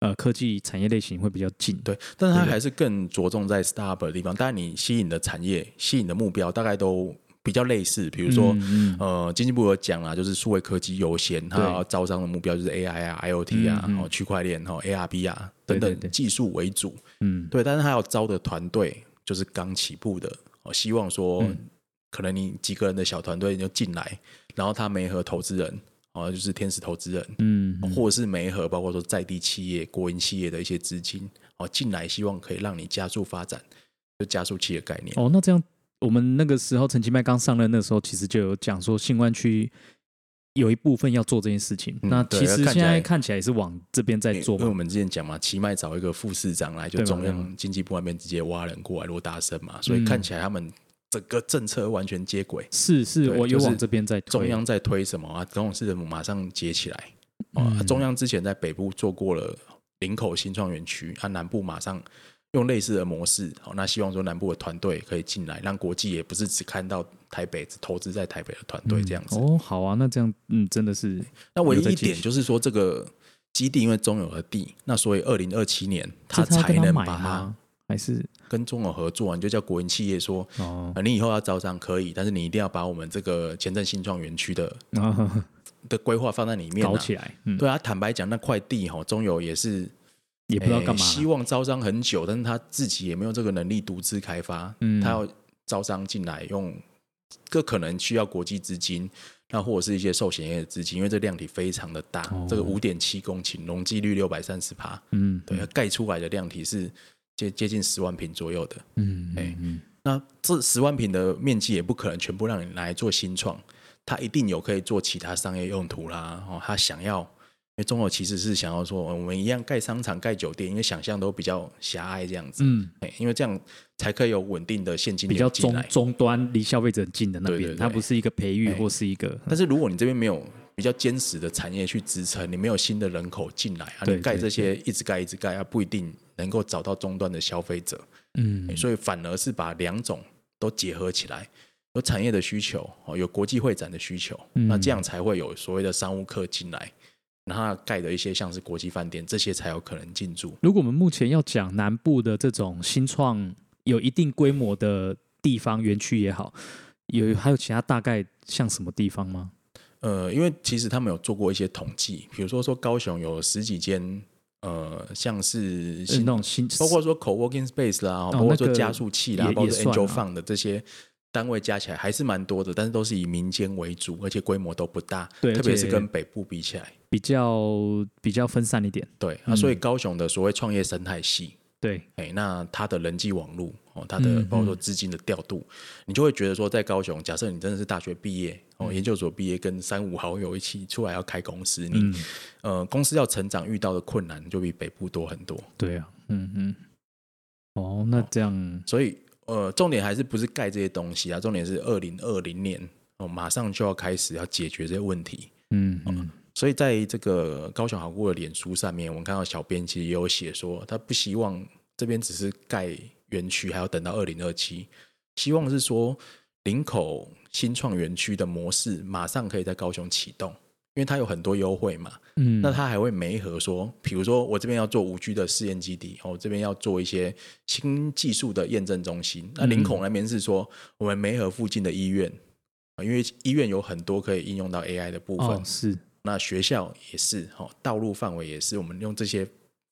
Speaker 1: 呃，科技产业类型会比较近。
Speaker 2: 对，但是它
Speaker 1: 对
Speaker 2: 还是更着重在 startup 的地方。当然，你吸引的产业、吸引的目标大概都比较类似，比
Speaker 1: 比
Speaker 2: 如说。
Speaker 1: 嗯嗯
Speaker 2: 呃，经济部有讲啦，就是数位科技优先，它
Speaker 1: 对
Speaker 2: 要招商的目标就是 AI 啊、IOT 啊、
Speaker 1: 嗯嗯
Speaker 2: 哦区块链、哦 ARB 啊
Speaker 1: 对
Speaker 2: 等
Speaker 1: 对
Speaker 2: 等
Speaker 1: 对
Speaker 2: 技术为主。
Speaker 1: 嗯
Speaker 2: 对，但是他要招的团队就是刚起步的，哦，希望说、
Speaker 1: 嗯
Speaker 2: 可能你几个人的小团队就进来，然后他没和投资人，哦，就是天使投资人，
Speaker 1: 嗯，嗯
Speaker 2: 或者是媒合，包括说在地企业、国营企业的一些资金，哦，进来希望可以让你加速发展，就加速器的概念。
Speaker 1: 哦，那这样我们那个时候陈其迈刚上任的时候，其实就有讲说新湾区有一部分要做这件事情。
Speaker 2: 嗯
Speaker 1: 那
Speaker 2: 对
Speaker 1: 其实
Speaker 2: 看起
Speaker 1: 现在
Speaker 2: 来嗯
Speaker 1: 看起来也是往这边在做
Speaker 2: 因为我
Speaker 1: 嘛。
Speaker 2: 们之前讲嘛，奇迈找一个副市长来，就
Speaker 1: 对嘛
Speaker 2: 中
Speaker 1: 对嘛
Speaker 2: 央经济部那边直接挖人过来罗大生嘛，所以
Speaker 1: 嗯
Speaker 2: 看起来他们整个政策完全接轨。
Speaker 1: 是是，
Speaker 2: 对
Speaker 1: 我有
Speaker 2: 就是
Speaker 1: 往这边在推
Speaker 2: 中央在推什么啊？高雄市政府马上接起来。哦
Speaker 1: 嗯
Speaker 2: 啊中央之前在北部做过了林口新创园区，啊，南部马上用类似的模式。好、那希望说南部的团队可以进来，让国际也不是只看到台北，只投资在台北的团队这样子。
Speaker 1: 哦，好啊，那这样嗯，真的是
Speaker 2: 那唯一
Speaker 1: 有在
Speaker 2: 一
Speaker 1: 进
Speaker 2: 点就是说，这个基地因为中友的地，那所以二零二七年它
Speaker 1: 是他要
Speaker 2: 才
Speaker 1: 跟他
Speaker 2: 能
Speaker 1: 买
Speaker 2: 把它
Speaker 1: 吗？还是
Speaker 2: 跟中友合作、啊，你就叫国营企业说。
Speaker 1: 哦 [LAUGHS]
Speaker 2: 啊，你以后要招商可以，但是你一定要把我们这个前镇新创园区的
Speaker 1: 啊
Speaker 2: 的规划放在里面、啊，
Speaker 1: 搞起来？嗯，
Speaker 2: 对啊，坦白讲，那块地哈、中友也是
Speaker 1: 也不知道
Speaker 2: 诶
Speaker 1: 干嘛啦。
Speaker 2: 希望招商很久，但是他自己也没有这个能力独自开发，
Speaker 1: 嗯
Speaker 2: 他要招商进来用，这可能需要国际资金，那或者是一些寿险业的资金，因为这量体非常的大，
Speaker 1: 哦
Speaker 2: 这个五点七公顷，容积率六百三十帕，
Speaker 1: 嗯，
Speaker 2: 对，它盖出来的量体是接接近十万平左右的。
Speaker 1: 嗯，嗯，
Speaker 2: 哎
Speaker 1: 嗯
Speaker 2: 那这十万平的面积也不可能全部让你拿来做新创，它一定有可以做其他商业用途啦。哦，他想要，因为中国其实是想要说，呃我们一样盖商场、盖酒店，因为想象都比较狭隘这样子，
Speaker 1: 嗯，
Speaker 2: 哎因为这样才可以有稳定的现金
Speaker 1: 比较
Speaker 2: 流进
Speaker 1: 中嗯
Speaker 2: 来。
Speaker 1: 终端离消费者很近的那
Speaker 2: 对
Speaker 1: 边，
Speaker 2: 对
Speaker 1: 它
Speaker 2: 对
Speaker 1: 不是一个培育
Speaker 2: 哎
Speaker 1: 或是一个，
Speaker 2: 但是如果你这边没有比较坚实的产业去支撑，你没有新的人口进来啊，
Speaker 1: 对
Speaker 2: 你盖
Speaker 1: 对
Speaker 2: 这些一直盖一直盖啊，不一定能够找到终端的消费者。
Speaker 1: 嗯
Speaker 2: 欸所以反而是把两种都结合起来，有产业的需求，哦，有国际会展的需求，
Speaker 1: 嗯
Speaker 2: 那这样才会有所谓的商务客进来，然后盖的一些像是国际饭店，这些才有可能进驻。
Speaker 1: 如果我们目前要讲南部的这种新创有一定规模的地方园区也好，有还有其他大概像什么地方吗？
Speaker 2: 呃，因为其实他们有做过一些统计，比如说说高雄有十几间，呃，像是
Speaker 1: 是
Speaker 2: 新
Speaker 1: 呃那种新，
Speaker 2: 包括说 co-working space 啦，包括说加速器
Speaker 1: 那
Speaker 2: 啦，
Speaker 1: 个也
Speaker 2: 包括说
Speaker 1: 也算啊
Speaker 2: angel fund 的这些单位加起来还是蛮多的，但是都是以民间为主，而且规模都不大，
Speaker 1: 对
Speaker 2: 特别
Speaker 1: 而且
Speaker 2: 是跟北部比起来。
Speaker 1: 比较比较分散一点，
Speaker 2: 对啊，所以高雄的所谓创业生态系，
Speaker 1: 对，
Speaker 2: 哎、那它的人际网络哦，它的
Speaker 1: 嗯
Speaker 2: 包括说资金的调度，你就会觉得说，在高雄，假设你真的是大学毕业哦，
Speaker 1: 嗯
Speaker 2: 研究所毕业，跟三五好友一起出来要开公司，你、
Speaker 1: 嗯，
Speaker 2: 呃公司要成长遇到的困难就比北部多很多，
Speaker 1: 对啊，嗯嗯，哦，那这样
Speaker 2: 所以呃，重点还是不是盖这些东西啊，重点是二零二零年哦，马上就要开始要解决这些问题。
Speaker 1: 嗯嗯
Speaker 2: 所以在这个高雄好过的脸书上面，我们看到小编其实也有写说，他不希望这边只是盖园区，还要等到二零二七，希望是说林口新创园区的模式马上可以在高雄启动，因为它有很多优惠嘛。
Speaker 1: 嗯，
Speaker 2: 那他还会媒合说，比如说我这边要做五 G 的试验基地，哦，这边要做一些新技术的验证中心。那林口
Speaker 1: 嗯
Speaker 2: 那边是说，我们媒合附近的医院。啊因为医院有很多可以应用到 AI 的部分，
Speaker 1: 哦是
Speaker 2: 那学校也是，哈，道路范围也是，我们用这些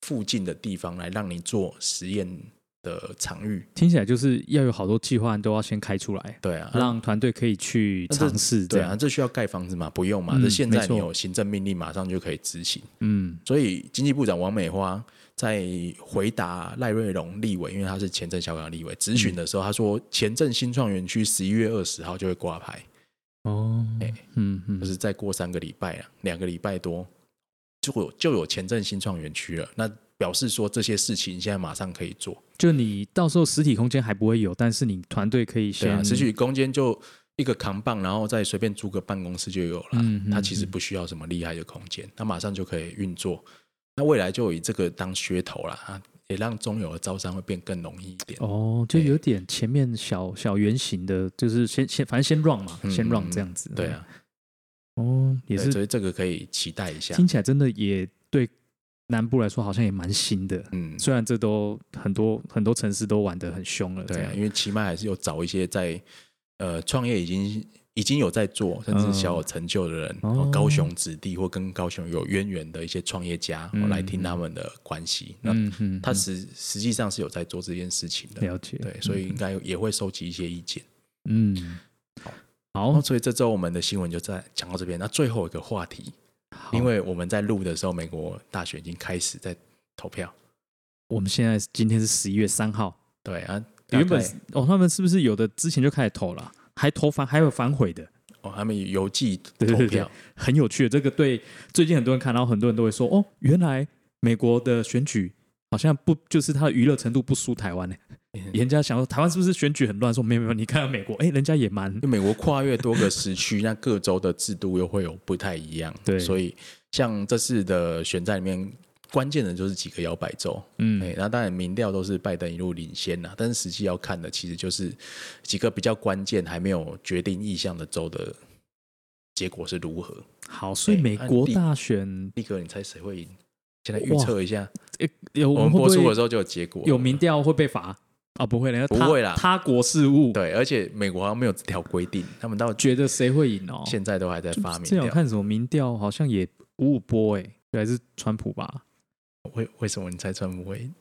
Speaker 2: 附近的地方来让你做实验的场域。
Speaker 1: 听起来就是要有好多计划都要先开出来，
Speaker 2: 对啊，
Speaker 1: 让团队可以去
Speaker 2: 那这
Speaker 1: 尝试，这
Speaker 2: 对啊，
Speaker 1: 样，
Speaker 2: 这需要盖房子吗？不用嘛，
Speaker 1: 嗯
Speaker 2: 这现在
Speaker 1: 没错
Speaker 2: 你有行政命令，马上就可以执行。
Speaker 1: 嗯
Speaker 2: 所以经济部长王美花在回答赖瑞龙立委，因为他是前镇小港立委质询的时候，他说前镇新创园区十一月二十号就会挂牌，
Speaker 1: 哦，
Speaker 2: 哎
Speaker 1: 嗯嗯
Speaker 2: 就，是再过三个礼拜啊，两个礼拜多就有就有前镇新创园区了。那表示说这些事情现在马上可以做。
Speaker 1: 就你到时候实体空间还不会有，但是你团队可以
Speaker 2: 对
Speaker 1: 先
Speaker 2: 啊，持续空间就一个扛棒，然后再随便租个办公室就有了。
Speaker 1: 嗯嗯
Speaker 2: 它其实不需要什么厉害的空间，它马上就可以运作。那未来就以这个当噱头啦，啊也让中游的招商会变更容易一点。
Speaker 1: 哦，就有点前面小小圆形的，就是先先反正先 run 嘛，
Speaker 2: 嗯
Speaker 1: 先 run 这样子。
Speaker 2: 对，啊，
Speaker 1: 哦，也
Speaker 2: 对
Speaker 1: 是
Speaker 2: 所以这个可以期待一下。
Speaker 1: 听起来真的也对南部来说好像也蛮新的，
Speaker 2: 嗯，
Speaker 1: 虽然这都很多很多城市都玩得很凶了，这
Speaker 2: 对啊，
Speaker 1: 样
Speaker 2: 因为起码还是有找一些在呃创业已经已经有在做，甚至小有成就的人，
Speaker 1: 嗯
Speaker 2: 然后
Speaker 1: 哦
Speaker 2: 高雄子弟或跟高雄有渊源的一些创业家，
Speaker 1: 嗯
Speaker 2: 我来听他们的关系。那
Speaker 1: 嗯嗯，
Speaker 2: 他
Speaker 1: 嗯
Speaker 2: 实实际上是有在做这件事情的，
Speaker 1: 了解，
Speaker 2: 对，所以应该也会收集一些意见。
Speaker 1: 嗯，
Speaker 2: 然后，
Speaker 1: 好，
Speaker 2: 所以这周我们的新闻就在讲到这边。那最后一个话题，
Speaker 1: 好
Speaker 2: 因为我们在录的时候，美国大选已经开始在投票，
Speaker 1: 我们现在今天是十一月三号，
Speaker 2: 对啊，
Speaker 1: 原本
Speaker 2: 大概
Speaker 1: 是哦，他们是不是有的之前就开始投了，还投反还有反悔的，
Speaker 2: 哦，他们邮寄
Speaker 1: 对对
Speaker 2: 投
Speaker 1: 对
Speaker 2: 票，
Speaker 1: 很有趣的。这个对最近很多人看，然后很多人都会说，哦，原来美国的选举好像不就是它的娱乐程度不输台湾呢、欸
Speaker 2: 嗯
Speaker 1: 人家想说台湾是不是选举很乱？说没有没有，你看看美国，哎，人家也蛮
Speaker 2: 因为美国跨越多个时区，那各州的制度又会有不太一样。
Speaker 1: 对
Speaker 2: 所以像这次的选战里面，关键的就是几个摇摆州。
Speaker 1: 嗯
Speaker 2: 哎，那当然民调都是拜登一路领先啦，但是实际要看的其实就是几个比较关键还没有决定意向的州的结果是如何。
Speaker 1: 好，所以
Speaker 2: 对
Speaker 1: 美
Speaker 2: 啊
Speaker 1: 国
Speaker 2: 第
Speaker 1: 大选，
Speaker 2: 力哥，你猜谁会赢？现在预测一下，
Speaker 1: 有
Speaker 2: 我
Speaker 1: 我
Speaker 2: 们
Speaker 1: 们会
Speaker 2: 播出
Speaker 1: 不
Speaker 2: 的
Speaker 1: 会
Speaker 2: 时候就有结果了。
Speaker 1: 有民调会被罚啊？不会的，
Speaker 2: 不
Speaker 1: 他
Speaker 2: 会啦
Speaker 1: 他国事务
Speaker 2: 对，而且美国好像没有这条规定，他们到
Speaker 1: 觉得谁会赢哦？
Speaker 2: 现在都还在发明
Speaker 1: 这样
Speaker 2: 掉。
Speaker 1: 看什么民调，好像也五五波哎、对还是川普吧？
Speaker 2: 为为什么你猜川普会赢？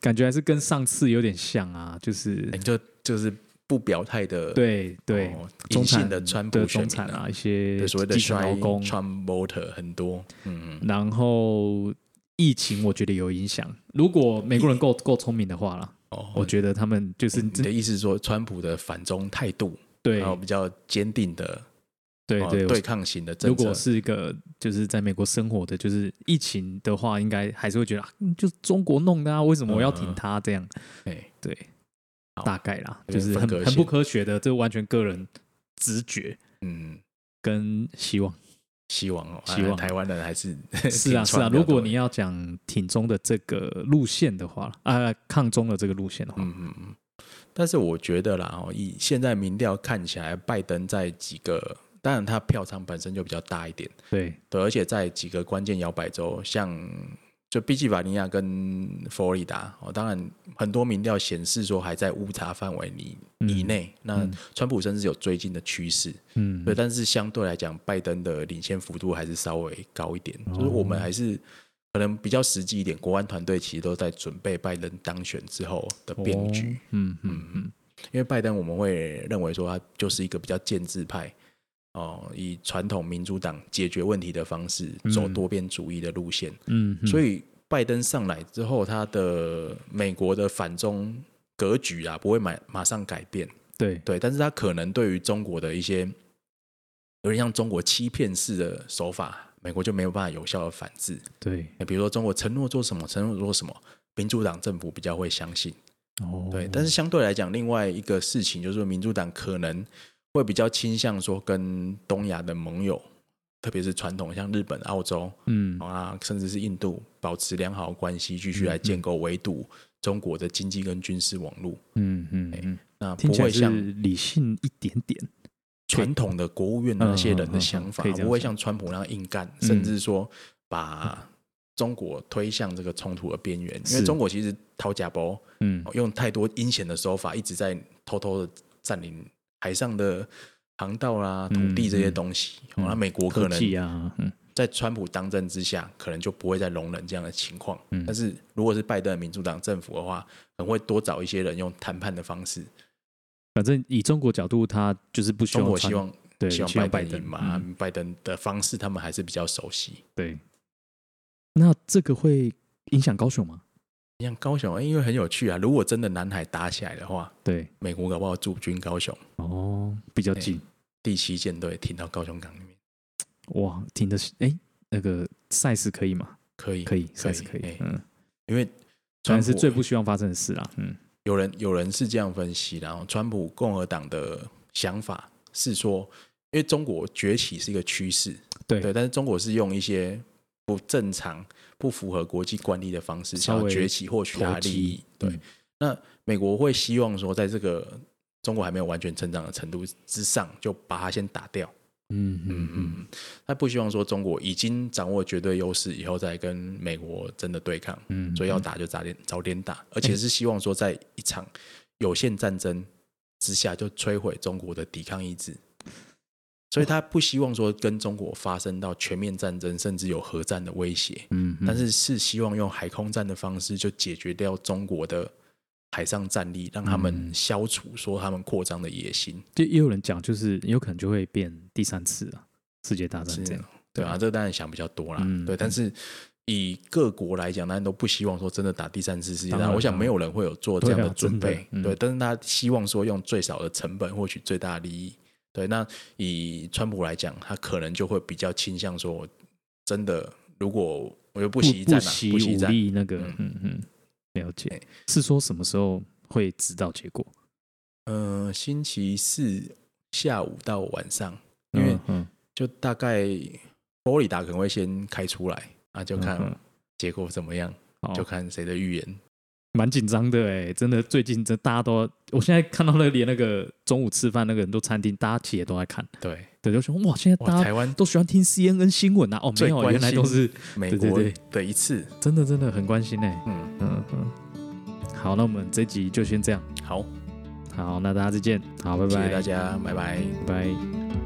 Speaker 1: 感觉还是跟上次有点像啊，就是
Speaker 2: 欸你就就是不表态的
Speaker 1: 对对，
Speaker 2: 哦
Speaker 1: 中
Speaker 2: 隐性
Speaker 1: 产
Speaker 2: 的川
Speaker 1: 对
Speaker 2: 普选
Speaker 1: 中
Speaker 2: 民
Speaker 1: 产
Speaker 2: 啊，
Speaker 1: 啊，一些
Speaker 2: 对所谓的
Speaker 1: 基层劳
Speaker 2: shy
Speaker 1: 工，
Speaker 2: Trump voter 很多，嗯，
Speaker 1: 然后疫情我觉得有影响。如果美国人够够聪明的话啦，
Speaker 2: 哦嗯
Speaker 1: 我觉得他们就是
Speaker 2: 你的意思是说，川普的反中态度，
Speaker 1: 对
Speaker 2: 然后比较坚定的
Speaker 1: 对
Speaker 2: 哦
Speaker 1: 对
Speaker 2: 对抗型的
Speaker 1: 如
Speaker 2: 政
Speaker 1: 果
Speaker 2: 策，
Speaker 1: 是一个就是在美国生活的，就是疫情的话，应该还是会觉得、啊、嗯就是中国弄的啊，为什么我要挺他这样？
Speaker 2: 哎，
Speaker 1: 对，
Speaker 2: 好
Speaker 1: 大概啦，
Speaker 2: 有
Speaker 1: 就
Speaker 2: 点
Speaker 1: 是
Speaker 2: 分
Speaker 1: 很
Speaker 2: 隔
Speaker 1: 很
Speaker 2: 线
Speaker 1: 不科学的，这完全个人直觉
Speaker 2: 嗯，
Speaker 1: 跟希望。
Speaker 2: 希望哦，
Speaker 1: 希望
Speaker 2: 啊台湾人还是 [LAUGHS]
Speaker 1: 是啊
Speaker 2: 挺
Speaker 1: 是
Speaker 2: 川
Speaker 1: 啊，
Speaker 2: 比较
Speaker 1: 如果
Speaker 2: 多
Speaker 1: 你要讲挺中的这个路线的话，啊，抗中的这个路线的话，
Speaker 2: 嗯嗯嗯，但是我觉得啦，哦，以现在民调看起来，拜登在几个，当然他票仓本身就比较大一点。
Speaker 1: 对，
Speaker 2: 对，而且在几个关键摇摆州，像就宾夕法尼亚跟佛罗里达，哦，当然很多民调显示说还在误差范围里
Speaker 1: 嗯
Speaker 2: 以内。那
Speaker 1: 嗯
Speaker 2: 川普甚至有追进的趋势，
Speaker 1: 嗯，
Speaker 2: 对，但是相对来讲，拜登的领先幅度还是稍微高一点，
Speaker 1: 哦
Speaker 2: 就是我们还是。可能比较实际一点，国安团队其实都在准备拜登当选之后的
Speaker 1: 哦
Speaker 2: 变局。，
Speaker 1: 嗯嗯嗯，
Speaker 2: 因为拜登我们会认为说他就是一个比较建制派，哦，以传统民主党解决问题的方式，
Speaker 1: 嗯
Speaker 2: 走多边主义的路线，
Speaker 1: 嗯，
Speaker 2: 所
Speaker 1: 以
Speaker 2: 以拜登上来之后，他的美国的反中格局啊不会马马上改变，
Speaker 1: 对，
Speaker 2: 对，但是他可能对于中国的一些有点像中国欺骗式的手法，美国就没有办法有效的反制，
Speaker 1: 对，
Speaker 2: 比如说中国承诺做什么，承诺做什么，民主党政府比较会相信。
Speaker 1: 哦，
Speaker 2: 对，但是相对来讲，另外一个事情就是，民主党可能会比较倾向说跟东亚的盟友，特别是传统像日本、澳洲
Speaker 1: 嗯，
Speaker 2: 啊，甚至是印度，保持良好的关系，继续来建构围堵中国的经济跟军事网络。
Speaker 1: 嗯嗯嗯，
Speaker 2: 那
Speaker 1: 听
Speaker 2: 哎不
Speaker 1: 起来
Speaker 2: 会
Speaker 1: 是
Speaker 2: 像
Speaker 1: 理性一点点，
Speaker 2: 传统的国务院那些人的想
Speaker 1: 嗯嗯
Speaker 2: 法，
Speaker 1: 嗯嗯可以这样
Speaker 2: 不会像川普那样硬干，
Speaker 1: 嗯
Speaker 2: 甚至说把中国推向这个冲突的边缘。因为
Speaker 1: 是
Speaker 2: 中国其实掏假包。
Speaker 1: 嗯
Speaker 2: 哦，用太多阴险的手法，一直在偷偷的占领海上的航道啦、土
Speaker 1: 嗯
Speaker 2: 地这些
Speaker 1: 嗯
Speaker 2: 东西。哦
Speaker 1: 嗯
Speaker 2: 那、美国
Speaker 1: 科
Speaker 2: 可
Speaker 1: 技
Speaker 2: 能
Speaker 1: 啊，嗯
Speaker 2: 在川普当政之下，可能就不会再容忍这样的情况。
Speaker 1: 嗯
Speaker 2: 但是如果是拜登的民主党政府的话，可能会多找一些人用谈判的方式。
Speaker 1: 反正以中国角度，他就是不希
Speaker 2: 中
Speaker 1: 望
Speaker 2: 国
Speaker 1: 川
Speaker 2: 希望
Speaker 1: 对
Speaker 2: 希
Speaker 1: 希
Speaker 2: 望
Speaker 1: 望
Speaker 2: 拜登
Speaker 1: 登
Speaker 2: 赢嘛，
Speaker 1: 嗯
Speaker 2: 拜登的方式他们还是比较熟悉。
Speaker 1: 对。那这个会影响高雄吗？
Speaker 2: 像高雄，哎因为很有趣啊，如果真的南海打起来的话，
Speaker 1: 对，
Speaker 2: 美国搞不好驻军高雄，
Speaker 1: 哦，比较
Speaker 2: 对
Speaker 1: 近，
Speaker 2: 第七舰队停到高雄港里面，
Speaker 1: 哇，挺的是，哎，那个 size 可以吗？
Speaker 2: 可以
Speaker 1: 可以
Speaker 2: 可以
Speaker 1: ，size 可
Speaker 2: 哎
Speaker 1: 以，嗯，
Speaker 2: 因为
Speaker 1: 当
Speaker 2: 川
Speaker 1: 然
Speaker 2: 普
Speaker 1: 是最不希望发生的事啦，嗯，
Speaker 2: 有人有人是这样分析，然后川普共和党的想法是说，因为中国崛起是一个趋势，
Speaker 1: 对
Speaker 2: 对，但是中国是用一些不正常、不符合国际惯例的方式，
Speaker 1: 稍
Speaker 2: 想
Speaker 1: 微
Speaker 2: 要崛起获取它的利益。
Speaker 1: 投
Speaker 2: 对
Speaker 1: 机嗯，
Speaker 2: 那美国会希望说，在这个中国还没有完全成长的程度之上，就把它先打掉。
Speaker 1: 嗯嗯
Speaker 2: 嗯
Speaker 1: 嗯，
Speaker 2: 嗯，他不希望说中国已经掌握绝对优势，以后再跟美国真的对抗。
Speaker 1: 嗯
Speaker 2: 所以要打就早点早点打，而且是希望说在一场有限战争之下就摧毁中国的抵抗意志，所以他不希望说跟中国发生到全面战争，甚至有核战的威胁，
Speaker 1: 嗯，嗯
Speaker 2: 但是是希望用海空战的方式就解决掉中国的海上战力，让他们
Speaker 1: 嗯
Speaker 2: 消除说他们扩张的野心，
Speaker 1: 就也有人讲，就是有可能就会变第三次啊，世界大战
Speaker 2: 是
Speaker 1: 这
Speaker 2: 这
Speaker 1: 样
Speaker 2: 样。，对啊，这个当然想比较多啦，
Speaker 1: 嗯
Speaker 2: 对，但是。以各国来讲，当然都不希望说真的打第三次世界大
Speaker 1: 当
Speaker 2: 战。
Speaker 1: 然
Speaker 2: 我想没有人会有做这样
Speaker 1: 对
Speaker 2: 的
Speaker 1: 啊
Speaker 2: 准备，
Speaker 1: 真的嗯
Speaker 2: 对。但是他希望说用最少的成本获取最大的利益，对。那以川普来讲，他可能就会比较倾向说，真的，如果我就不
Speaker 1: 不
Speaker 2: 惜一战啊，
Speaker 1: 惜
Speaker 2: 不惜一
Speaker 1: 武
Speaker 2: 战，
Speaker 1: 力那个
Speaker 2: 嗯，
Speaker 1: 嗯嗯，了解
Speaker 2: 哎。
Speaker 1: 是说什么时候会知道结果？
Speaker 2: 嗯，星期四下午到晚上，因为
Speaker 1: 嗯嗯
Speaker 2: 就大概佛罗里达可能会先开出来啊，就
Speaker 1: 嗯
Speaker 2: 看
Speaker 1: 嗯
Speaker 2: 结果怎么样，
Speaker 1: 好
Speaker 2: 就看谁的预言。
Speaker 1: 蛮紧张的哎，真的，最近这大家都，我现在看到那连那个中午吃饭那个很多餐厅，大家其实也都在看，
Speaker 2: 对，
Speaker 1: 对，就说哇，现在
Speaker 2: 哇，
Speaker 1: 大家
Speaker 2: 台湾
Speaker 1: 都喜欢听 CNN 新闻啊，哦，没
Speaker 2: 最
Speaker 1: 有，
Speaker 2: 关
Speaker 1: 原来都是
Speaker 2: 美
Speaker 1: 对对
Speaker 2: 国
Speaker 1: 对
Speaker 2: 的一次，
Speaker 1: 真的真的很关心哎，
Speaker 2: 嗯，
Speaker 1: 嗯嗯，好，那我们这集就先这样，
Speaker 2: 好，
Speaker 1: 好，那大家再见，好，拜
Speaker 2: 谢谢
Speaker 1: 拜，
Speaker 2: 大家，拜拜。
Speaker 1: 拜拜。